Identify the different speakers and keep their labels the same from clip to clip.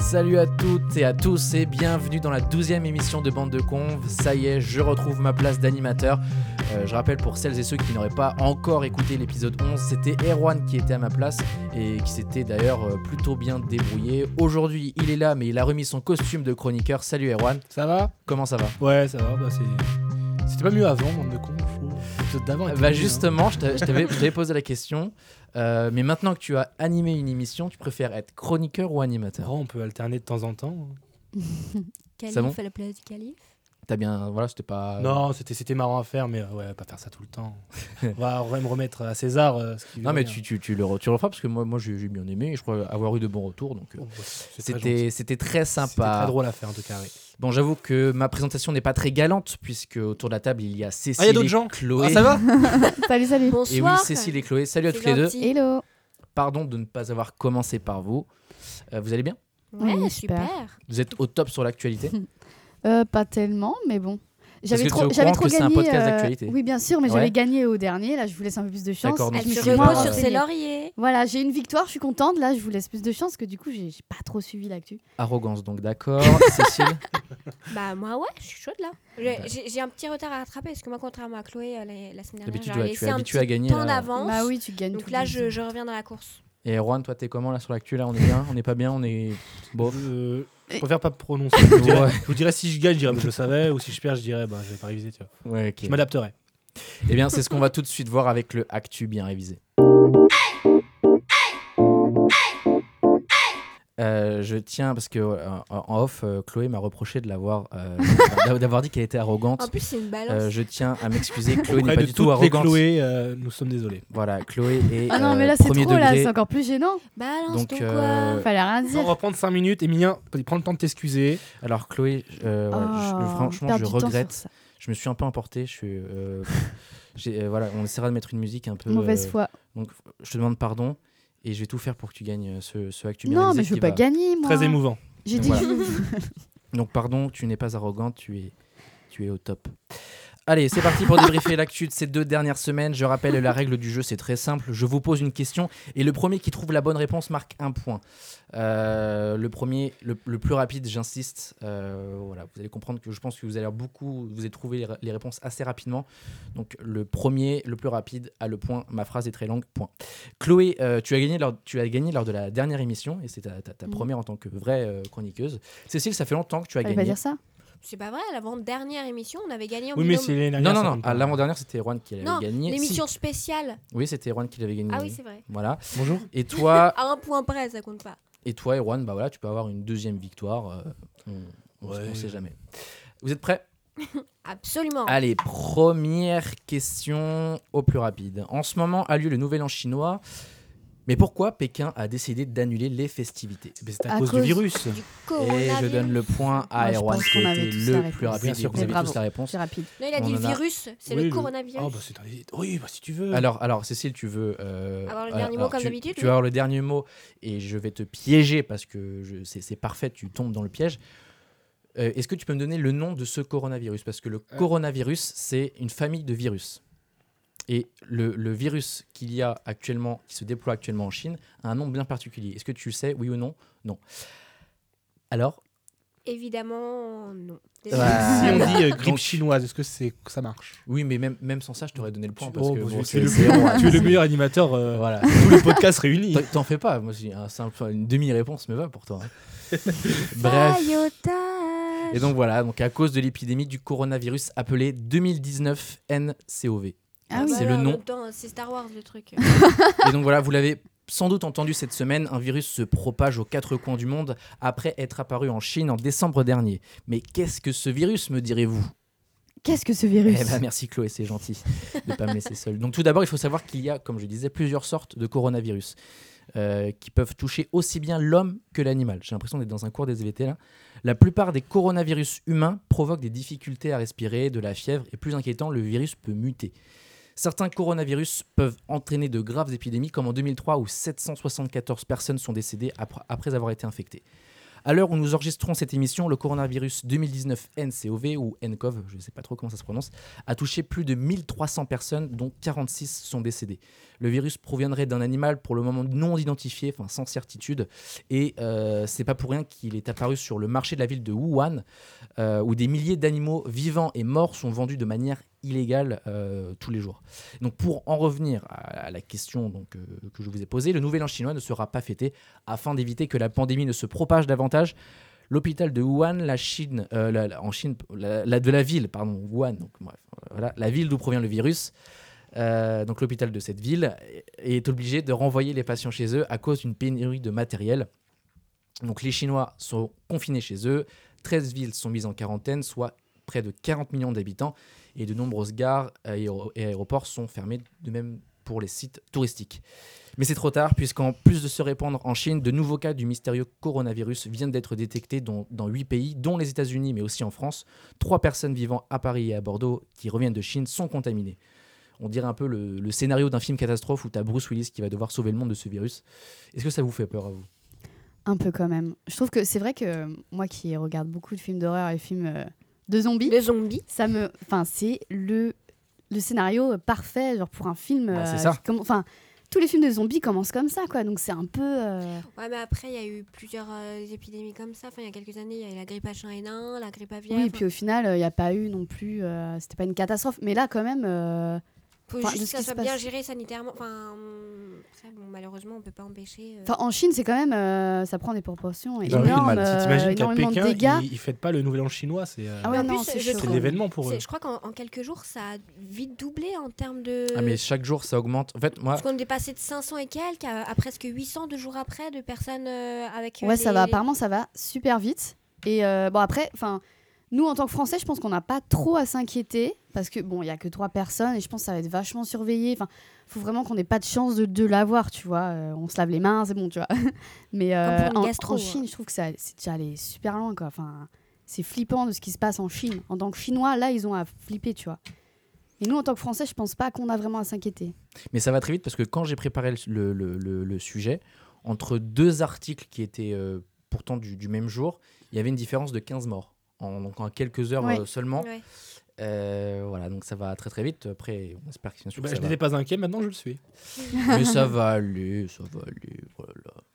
Speaker 1: Salut à toutes et à tous et bienvenue dans la douzième émission de Bande de Conve. Ça y est, je retrouve ma place d'animateur. Euh, je rappelle pour celles et ceux qui n'auraient pas encore écouté l'épisode 11, c'était Erwan qui était à ma place et qui s'était d'ailleurs euh, plutôt bien débrouillé. Aujourd'hui, il est là, mais il a remis son costume de chroniqueur. Salut Erwan,
Speaker 2: Ça va
Speaker 1: comment ça va
Speaker 2: Ouais, ça va. Bah, c'est... C'était pas mieux avant, bande de cons. faut- L'épisode d'avant. était hein.
Speaker 1: Bah
Speaker 2: mieux,
Speaker 1: justement, je t'a- je t'avais je t'avais posé la question, euh, mais maintenant que tu as animé une émission, tu préfères être chroniqueur ou
Speaker 2: hein.
Speaker 1: animateur
Speaker 2: Après, on peut alterner de temps en temps.
Speaker 1: hein.
Speaker 3: Calife
Speaker 1: bon
Speaker 3: à la place du calife.
Speaker 1: T'as bien, voilà, c'était pas.
Speaker 2: Non, c'était, c'était marrant à faire, mais euh, ouais, pas faire ça tout le temps. on va on va me remettre à César. euh, ce qui
Speaker 1: Non, mais
Speaker 2: vient.
Speaker 1: tu, tu, tu le re- tu le referas parce que moi, moi j'ai j'ai bien aimé et je crois avoir eu de bons retours. Donc, euh,
Speaker 2: Oh, ouais, c'est très gentil.
Speaker 1: c'était c'était très
Speaker 2: C'était
Speaker 1: sympa.
Speaker 2: très drôle à faire en tout cas. oui.
Speaker 1: Bon, j'avoue que ma présentation n'est pas très galante puisque autour de la table il y a Cécile
Speaker 2: Ah, il y a d'autres
Speaker 1: et
Speaker 2: gens
Speaker 1: Chloé.
Speaker 2: Ah, ça va
Speaker 4: Salut, salut.
Speaker 1: et oui, Cécile et Chloé. Salut à
Speaker 3: C'est
Speaker 1: toutes les deux.
Speaker 3: gentil.
Speaker 4: Hello.
Speaker 1: Pardon de ne pas avoir commencé par vous. Euh, vous allez bien
Speaker 3: Ouais,
Speaker 4: Oui,
Speaker 3: super.
Speaker 1: Vous êtes au top sur l'actualité
Speaker 4: Euh, pas tellement, mais bon.
Speaker 1: que
Speaker 4: J'avais
Speaker 1: tu es
Speaker 4: trop,
Speaker 1: au courant
Speaker 4: j'avais trop
Speaker 1: que c'est un
Speaker 4: gagné.
Speaker 1: podcast
Speaker 4: euh,
Speaker 1: d'actualité.
Speaker 4: Oui, bien sûr, mais
Speaker 1: Ouais.
Speaker 4: j'avais gagné au dernier. Là, je vous laisse un peu plus de chance.
Speaker 1: D'accord, donc
Speaker 3: Elle
Speaker 1: Je
Speaker 3: se
Speaker 1: suis pas-
Speaker 3: repose sur
Speaker 1: euh,
Speaker 3: ses lauriers.
Speaker 4: Voilà, j'ai une victoire, je suis contente. Là, je vous laisse plus de chance que du coup, j'ai j'ai pas trop suivi l'actu.
Speaker 1: Arrogance, donc d'accord. Cécile
Speaker 3: Bah moi ouais, je suis chaude là. J'ai- J'ai j'ai un petit retard à rattraper parce que moi contrairement à Chloé euh, la, la semaine dernière,
Speaker 1: D'habitude,
Speaker 3: j'avais
Speaker 1: ouais, tu es
Speaker 3: laissé un
Speaker 1: habitué
Speaker 3: petit
Speaker 1: à gagner.
Speaker 3: temps
Speaker 1: là.
Speaker 3: d'avance.
Speaker 4: Bah oui, tu gagnes
Speaker 3: Donc
Speaker 4: tout
Speaker 3: là
Speaker 4: le temps.
Speaker 3: je, je reviens dans la course.
Speaker 1: Et Erwan, toi, t'es comment là sur l'actu Là, on est bien On n'est pas bien On est. Bof.
Speaker 2: Euh, Je
Speaker 4: Et-
Speaker 2: préfère pas prononcer. Je vous, dirais, je vous dirais si je gagne, je dirais bah, je le savais, ou si je perds, je dirais bah, je vais pas réviser. Tu vois.
Speaker 1: Ouais, ok.
Speaker 2: Je m'adapterai.
Speaker 1: Eh bien, c'est ce qu'on va tout de suite voir avec le Actu bien révisé. Euh, je tiens parce que euh, en- en off, euh, Chloé m'a reproché de l'avoir euh, d'a- d'avoir dit qu'elle était
Speaker 3: En
Speaker 1: arrogante.
Speaker 4: Oh,
Speaker 3: plus c'est une balance.
Speaker 1: Euh, je tiens à m'excuser. Chloé n'est
Speaker 2: Auprès
Speaker 1: pas
Speaker 2: de
Speaker 1: du
Speaker 2: toutes
Speaker 1: tout
Speaker 2: les
Speaker 1: arrogante.
Speaker 2: Chloé, euh, nous sommes désolés.
Speaker 1: Voilà, Chloé est
Speaker 4: Ah non, mais
Speaker 1: euh,
Speaker 4: là, c'est trop,
Speaker 1: premier
Speaker 4: là,
Speaker 1: degré.
Speaker 4: c'est encore plus gênant.
Speaker 3: Balance
Speaker 1: donc,
Speaker 3: donc,
Speaker 1: euh,
Speaker 3: quoi.
Speaker 4: Fallait rien
Speaker 2: On va
Speaker 4: dire.
Speaker 2: reprendre 5 minutes. Emilien, prends le temps de t'excuser.
Speaker 1: Alors Chloé, euh, ouais, je-
Speaker 4: Oh,
Speaker 1: franchement,
Speaker 4: perdre
Speaker 1: je
Speaker 4: du temps sur
Speaker 1: regrette.
Speaker 4: ça.
Speaker 1: Je me suis un peu emporté. Je suis, euh, j'ai- euh, voilà, on essaiera de mettre une musique un peu
Speaker 4: Mauvaise
Speaker 1: euh,
Speaker 4: foi.
Speaker 1: Donc, f- je te demande pardon et je vais tout faire pour que tu gagnes euh, ce, ce Actu Bien
Speaker 4: Non,
Speaker 1: Révisé
Speaker 4: mais je veux
Speaker 1: qui
Speaker 4: pas
Speaker 1: va-
Speaker 4: gagner, moi.
Speaker 2: Très émouvant.
Speaker 4: J'ai dit
Speaker 1: Voilà.
Speaker 4: que je-
Speaker 1: Donc, pardon, tu n'es pas arrogante, tu es, tu es au top. Allez, c'est parti pour débriefer l'actu de ces deux dernières semaines. Je rappelle la règle du jeu, c'est très simple. Je vous pose une question et le premier qui trouve la bonne réponse marque un point. Euh, le premier, le, le plus rapide, j'insiste. Euh, voilà, vous allez comprendre que je pense que vous allez avoir beaucoup, vous avez trouvé les, r- les réponses assez rapidement. Donc le premier, le plus rapide, a le point. Ma phrase est très longue. Point. Chloé, euh, tu as gagné lors, tu as gagné lors de la dernière émission et c'est ta, ta- ta
Speaker 4: Mhm.
Speaker 1: première en tant que vraie euh, chroniqueuse. Cécile, ça fait longtemps que tu as
Speaker 4: Fallait pas
Speaker 1: gagné.
Speaker 4: dire ça.
Speaker 3: C'est pas vrai, l'avant dernière émission, on avait gagné en
Speaker 2: Oui, mais
Speaker 3: binôme.
Speaker 2: c'est l'année
Speaker 1: Non, non,
Speaker 2: dernière, Ah, ça euh,
Speaker 1: non.
Speaker 2: compte pas.
Speaker 1: À l'avant-dernière, c'était Erwan qui l'avait
Speaker 3: Non,
Speaker 1: gagné.
Speaker 3: L'émission spéciale.
Speaker 1: Si. Oui, c'était Erwan qui l'avait gagné.
Speaker 3: Ah oui, c'est vrai.
Speaker 1: Voilà.
Speaker 2: Bonjour.
Speaker 1: Et toi,
Speaker 3: À un point près, ça compte pas.
Speaker 1: et toi, Erwan, bah voilà, tu peux avoir une deuxième victoire. euh, on, on-
Speaker 2: Ouais.
Speaker 1: on sait jamais. Vous êtes prêts
Speaker 3: Absolument.
Speaker 1: Allez, première question au plus rapide. En ce moment a lieu le Nouvel An chinois. Mais pourquoi Pékin a décidé d'annuler les festivités
Speaker 2: Mais Eh ben, c'est à,
Speaker 4: À
Speaker 2: cause, du
Speaker 4: cause-
Speaker 2: virus. Oh,
Speaker 3: Du
Speaker 1: Et
Speaker 3: coronavirus.
Speaker 1: je donne le point à
Speaker 4: Moi, je
Speaker 1: Erwan,
Speaker 4: pense
Speaker 1: qui
Speaker 4: qu'on
Speaker 1: a
Speaker 4: avait
Speaker 1: été
Speaker 4: tous
Speaker 1: le
Speaker 4: la
Speaker 1: plus
Speaker 4: réponse.
Speaker 1: rapide.
Speaker 2: Bien sûr
Speaker 1: et
Speaker 2: qu'on
Speaker 1: Vous avez
Speaker 4: avait
Speaker 1: tous la réponse.
Speaker 4: C'est rapide.
Speaker 3: Non, il a
Speaker 1: On
Speaker 3: dit
Speaker 1: en a-
Speaker 3: virus, c'est
Speaker 2: Oui,
Speaker 3: le
Speaker 2: je-
Speaker 3: coronavirus.
Speaker 2: Ah, bah, c'est dans les- Oui, bah, si tu veux.
Speaker 1: Alors, alors, Cécile, tu veux euh,
Speaker 3: Mm. Avoir le
Speaker 1: alors-
Speaker 3: dernier mot
Speaker 1: alors,
Speaker 3: comme
Speaker 1: tu-
Speaker 3: d'habitude,
Speaker 1: Tu
Speaker 3: oui.
Speaker 1: vas avoir le dernier mot et je vais te piéger parce que je- c'est c'est parfait, tu tombes dans le piège. Euh, Est-ce que tu peux me donner le nom de ce coronavirus Parce que le
Speaker 2: Euh.
Speaker 1: coronavirus, c'est une famille de virus. Et le, le virus qu'il y a actuellement, qui se déploie actuellement en Chine, a un nom bien particulier. Est-ce que tu sais, oui ou non Non. Alors
Speaker 3: Évidemment, non. Désolé.
Speaker 1: Voilà.
Speaker 2: Si on dit euh,
Speaker 1: Donc-
Speaker 2: grippe chinoise, est-ce que c'est ça marche
Speaker 1: Oui, mais même, même sans ça, je t'aurais donné le point. Parce
Speaker 2: Oh,
Speaker 1: que
Speaker 2: bah,
Speaker 1: bon,
Speaker 2: tu,
Speaker 1: c'est-
Speaker 2: es le
Speaker 1: c'est-
Speaker 2: meilleur- tu es le meilleur animateur euh,
Speaker 1: Voilà.
Speaker 2: tous les podcasts réunis.
Speaker 1: T'en- T'en fais pas, moi j'ai un simple- une demi-réponse me va pour toi. hein. Bref.
Speaker 3: Faillotage.
Speaker 1: Et donc voilà, donc à cause de l'épidémie du coronavirus appelé 2019 NCOV.
Speaker 4: Ah oui.
Speaker 1: c'est le
Speaker 3: bah là, en
Speaker 1: nom.
Speaker 3: même temps, C'est Star Wars le truc.
Speaker 1: Et donc voilà, vous l'avez sans doute entendu cette semaine, un virus se propage aux quatre coins du monde après être apparu en Chine en décembre dernier. Mais qu'est-ce que ce virus, me direz-vous
Speaker 4: Qu'est-ce que ce virus
Speaker 1: Eh ben, merci Chloé, c'est gentil de ne pas me laisser seul. Donc tout d'abord, il faut savoir qu'il y a, comme je disais, plusieurs sortes de coronavirus euh, qui peuvent toucher aussi bien l'homme que l'animal. J'ai l'impression d'être dans un cours des SVT là. La plupart des coronavirus humains provoquent des difficultés à respirer, de la fièvre et plus inquiétant, le virus peut muter. Certains coronavirus peuvent entraîner de graves épidémies comme en 2003 où 774 personnes sont décédées après- après avoir été infectées. À l'heure où nous enregistrons cette émission, le coronavirus 2019-nCoV, ou nCoV, je ne sais pas trop comment ça se prononce, a touché plus de 1300 personnes, dont 46 sont décédées. Le virus proviendrait d'un animal pour le moment non identifié, enfin sans certitude, et euh, c'est pas pour rien qu'il est apparu sur le marché de la ville de Wuhan, euh, où des milliers d'animaux vivants et morts sont vendus de manière illégale euh, tous les jours. Donc pour en revenir à, à la question donc, euh, que je vous ai posée, le Nouvel An chinois ne sera pas fêté afin d'éviter que la pandémie ne se propage davantage. L'hôpital de Wuhan, la Chine, euh, la- la- en Chine, la, la- de la ville, pardon, Wuhan, donc bref, voilà, la ville d'où provient le virus. euh, donc l'hôpital de cette ville est est obligé de renvoyer les patients chez eux à cause d'une pénurie de matériel. Donc les Chinois sont confinés chez eux, 13 villes sont mises en quarantaine, soit près de 40 millions d'habitants, et de nombreuses gares aéro- et aéroports sont fermés, de même pour les sites touristiques. Mais c'est trop tard, puisqu'en plus de se répandre en Chine, de nouveaux cas du mystérieux coronavirus viennent d'être détectés dans, dans 8 pays, dont les États-Unis, mais aussi en France. Trois personnes vivant à Paris et à Bordeaux qui reviennent de Chine sont contaminées. On dirait un peu le, le scénario d'un film catastrophe où tu as Bruce Willis qui va devoir sauver le monde de ce virus. Est-ce que ça vous fait peur à vous
Speaker 4: Un peu quand même. Je trouve que c'est vrai que euh, moi qui regarde beaucoup de films d'horreur et films euh, de zombies,
Speaker 3: Le zombie.
Speaker 4: ça me. Enfin, c'est le, le scénario parfait genre pour un film.
Speaker 1: Bah, c'est
Speaker 4: euh,
Speaker 1: ça.
Speaker 4: qui commence- Enfin, tous les films de zombies commencent comme ça, quoi. Donc c'est un peu. euh,
Speaker 3: Ouais, mais après, il y a eu plusieurs euh, épidémies comme ça. Enfin, il y a quelques années, il y a eu la grippe H1N1, la grippe aviaire.
Speaker 4: Oui, et puis au final, il n'y a pas eu non plus. euh, C'était pas une catastrophe. Mais là, quand même. euh,
Speaker 3: faut
Speaker 4: enfin,
Speaker 3: juste que
Speaker 4: de ce
Speaker 3: ça
Speaker 4: qui
Speaker 3: soit
Speaker 4: se
Speaker 3: bien
Speaker 4: passe.
Speaker 3: géré sanitairement. Enfin, hum, après, bon, malheureusement, on peut pas empêcher. euh,
Speaker 4: Enfin, en Chine, c'est quand même. euh, ça prend des proportions
Speaker 1: Bah oui,
Speaker 4: énormes.
Speaker 1: mal.
Speaker 4: euh,
Speaker 2: T'imagines qu'à
Speaker 4: énormément
Speaker 2: Pékin,
Speaker 4: de dégâts.
Speaker 2: ils, ils fêtent pas le nouvel an chinois, c'est euh,
Speaker 4: Ah ouais,
Speaker 3: En
Speaker 4: non,
Speaker 3: plus,
Speaker 4: c'est
Speaker 3: je
Speaker 4: chaud.
Speaker 2: c'est
Speaker 3: trouve-
Speaker 2: l'événement pour eux.
Speaker 3: c'est- Je crois qu'en en quelques jours, ça a vite doublé en termes de.
Speaker 1: Ah mais chaque jour ça augmente. En fait moi
Speaker 3: Parce qu'on est passé de 500 et quelques à, à presque 800 deux jours après de personnes euh, avec. euh,
Speaker 4: Ouais, ça
Speaker 3: des-
Speaker 4: va. Apparemment, ça va super vite. Et euh, bon, après, enfin, nous, en tant que Français, je pense qu'on n'a pas trop à s'inquiéter parce que bon, il y a que trois personnes et je pense que ça va être vachement surveillé. Enfin, faut vraiment qu'on n'ait pas de chance de, de l'avoir, tu vois. Euh, on se lave les mains, c'est bon, tu vois. Mais euh,
Speaker 3: pour une
Speaker 4: en,
Speaker 3: gastro,
Speaker 4: en
Speaker 3: hein.
Speaker 4: Chine, je trouve que ça, c'est déjà allé super loin, quoi. Enfin, c'est flippant de ce qui se passe en Chine. En tant que Chinois, là, ils ont à flipper, tu vois. Et nous, en tant que Français, je pense pas qu'on a vraiment à s'inquiéter.
Speaker 1: Mais ça va très vite parce que quand j'ai préparé le, le- le- le sujet, entre deux articles qui étaient euh, pourtant du, du même jour, il y avait une différence de 15 morts. En, donc en quelques heures
Speaker 4: Ouais.
Speaker 1: euh, seulement.
Speaker 3: Ouais.
Speaker 1: Euh, voilà, donc ça va très très vite. Après, on espère que, bien sûr,
Speaker 2: Bah,
Speaker 1: que
Speaker 2: je
Speaker 1: ça, va.
Speaker 2: n'étais pas inquiet, maintenant je le suis.
Speaker 1: Mais ça va aller, ça va aller. Voilà.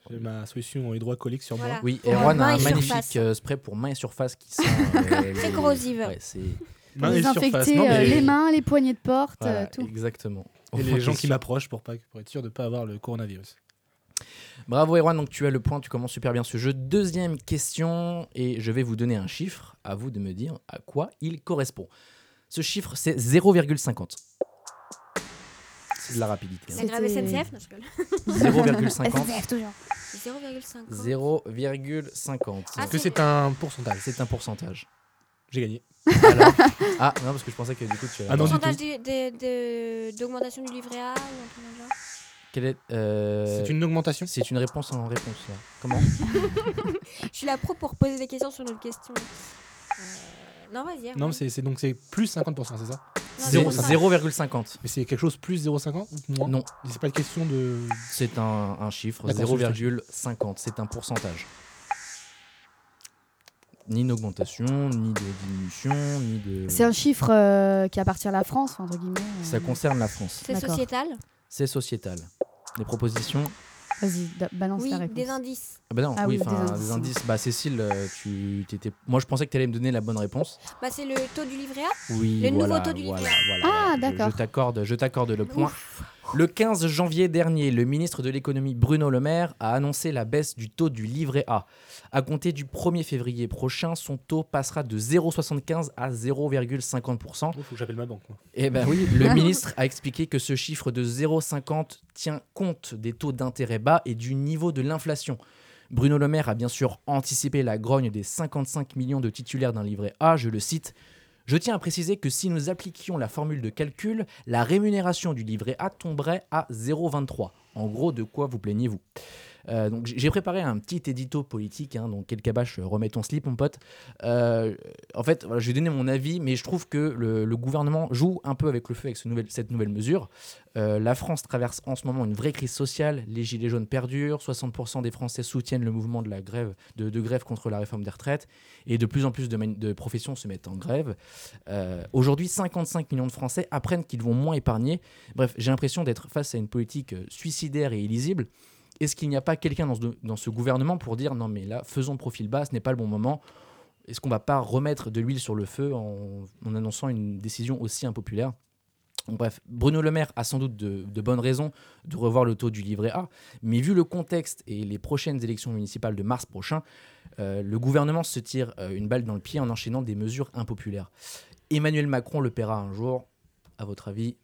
Speaker 2: J'ai ma solution hydroalcoolique sur moi.
Speaker 3: Voilà.
Speaker 1: Oui,
Speaker 3: Pour, euh,
Speaker 1: Erwan a
Speaker 3: main
Speaker 1: un
Speaker 3: et
Speaker 1: magnifique
Speaker 3: surface.
Speaker 1: euh, spray pour main et surface qui sent. euh,
Speaker 3: Très
Speaker 1: les-
Speaker 3: corrosive.
Speaker 1: Ouais, c'est-
Speaker 4: Pour
Speaker 2: Main et surface,
Speaker 4: Désinfecter
Speaker 2: non,
Speaker 4: euh,
Speaker 2: mais-
Speaker 4: les mains, les poignées de porte,
Speaker 1: voilà,
Speaker 4: euh, tout.
Speaker 1: exactement.
Speaker 2: Et les gens qui
Speaker 1: m'appellent
Speaker 2: m'approchent pour, pas, pour être sûr de ne pas avoir le coronavirus.
Speaker 1: Bravo Erwan, donc tu as le point, tu commences super bien ce jeu. Deuxième question, et je vais vous donner un chiffre, à vous de me dire à quoi il correspond. Ce chiffre, c'est 0,50. C'est de la rapidité. hein.
Speaker 3: La grave
Speaker 4: C'était-
Speaker 3: SNCF non, je rigole.
Speaker 1: 0,50.
Speaker 4: toujours.
Speaker 3: 0,5.
Speaker 1: 0,50.
Speaker 3: Ah,
Speaker 2: Est-ce que c'est un pourcentage
Speaker 1: C'est un pourcentage.
Speaker 2: J'ai gagné.
Speaker 1: Alors- ah non, parce que je pensais que du coup tu allais
Speaker 2: Ah non,
Speaker 1: avoir-
Speaker 3: Pourcentage des- des- des- d'augmentation du livret A ou un truc dans le genre.
Speaker 1: Quelle est, euh,
Speaker 2: C'est une augmentation
Speaker 1: c'est une réponse en réponse. là. Comment
Speaker 3: Je suis la pro pour poser des questions sur notre question. Euh, Non, vas-y.
Speaker 2: Non,
Speaker 3: Erwan.
Speaker 2: mais c'est c'est- donc c'est plus 50%, c'est ça
Speaker 3: Non,
Speaker 1: Zéro-
Speaker 3: c'est pas.
Speaker 1: 0,50.
Speaker 2: Mais c'est quelque chose plus 0,50 ou moins
Speaker 1: Non,
Speaker 2: C'est pas une question de.
Speaker 1: c'est un, un chiffre,
Speaker 2: D'accord, c'est
Speaker 1: 0,50. C'est un pourcentage. Ni une augmentation, ni de diminution, ni de.
Speaker 4: C'est un chiffre euh, qui appartient à la France, enfin, entre guillemets. euh.
Speaker 1: Ça concerne la France.
Speaker 3: C'est
Speaker 4: D'accord.
Speaker 3: sociétal
Speaker 1: C'est sociétal. Les propositions.
Speaker 4: Vas-y, da- balance
Speaker 3: Oui,
Speaker 4: la réponse.
Speaker 3: des indices.
Speaker 1: Ah bah non,
Speaker 4: Ah
Speaker 1: oui,
Speaker 4: oui, des
Speaker 1: enfin, des,
Speaker 4: indices, hein.
Speaker 1: indices. Bah Cécile, euh, tu t'étais. Moi, je pensais que tu allais me donner la bonne réponse.
Speaker 3: Bah, c'est le taux du livret A
Speaker 1: Oui.
Speaker 3: Le nouveau
Speaker 1: voilà,
Speaker 3: taux du livret.
Speaker 1: voilà, voilà,
Speaker 4: Ah,
Speaker 1: voilà. Je-
Speaker 4: d'accord.
Speaker 1: Je t'accorde, je t'accorde le point. Le 15 janvier dernier, le ministre de l'économie Bruno Le Maire a annoncé la baisse du taux du livret A. À compter du 1er février prochain, son taux passera de 0,75 à 0,50%.
Speaker 2: Oh, faut que j'appelle ma banque. moi.
Speaker 1: Eh ben oui, le ministre a expliqué que ce chiffre de 0,50 tient compte des taux d'intérêt bas et du niveau de l'inflation. Bruno Le Maire a bien sûr anticipé la grogne des 55 millions de titulaires d'un livret A, je le cite. Je tiens à préciser que si nous appliquions la formule de calcul, la rémunération du livret A tomberait à 0,23. En gros, de quoi vous plaignez-vous Euh, donc j'ai- j'ai préparé un petit édito politique, hein, donc quel cabache, euh, remets ton slip, mon pote. Euh, en fait, voilà, je vais donner mon avis, mais je trouve que le, le gouvernement joue un peu avec le feu avec ce nouvel- cette nouvelle mesure. Euh, la France traverse en ce moment une vraie crise sociale, les gilets jaunes perdurent, 60% des Français soutiennent le mouvement de la grève, de, de grève contre la réforme des retraites, et de plus en plus de, mani- de professions se mettent en grève. Euh, Aujourd'hui, 55 millions de Français apprennent qu'ils vont moins épargner. Bref, j'ai l'impression d'être face à une politique euh, suicidaire et illisible. Est-ce qu'il n'y a pas quelqu'un dans ce, dans ce gouvernement pour dire non mais là, faisons profil bas, ce n'est pas le bon moment Est-ce qu'on va pas remettre de l'huile sur le feu en, en annonçant une décision aussi impopulaire Bon, Bref, Bruno Le Maire a sans doute de, de bonnes raisons de revoir le taux du livret A, mais vu le contexte et les prochaines élections municipales de mars prochain, euh, le gouvernement se tire euh, une balle dans le pied en enchaînant des mesures impopulaires. Emmanuel Macron le paiera un jour, à votre avis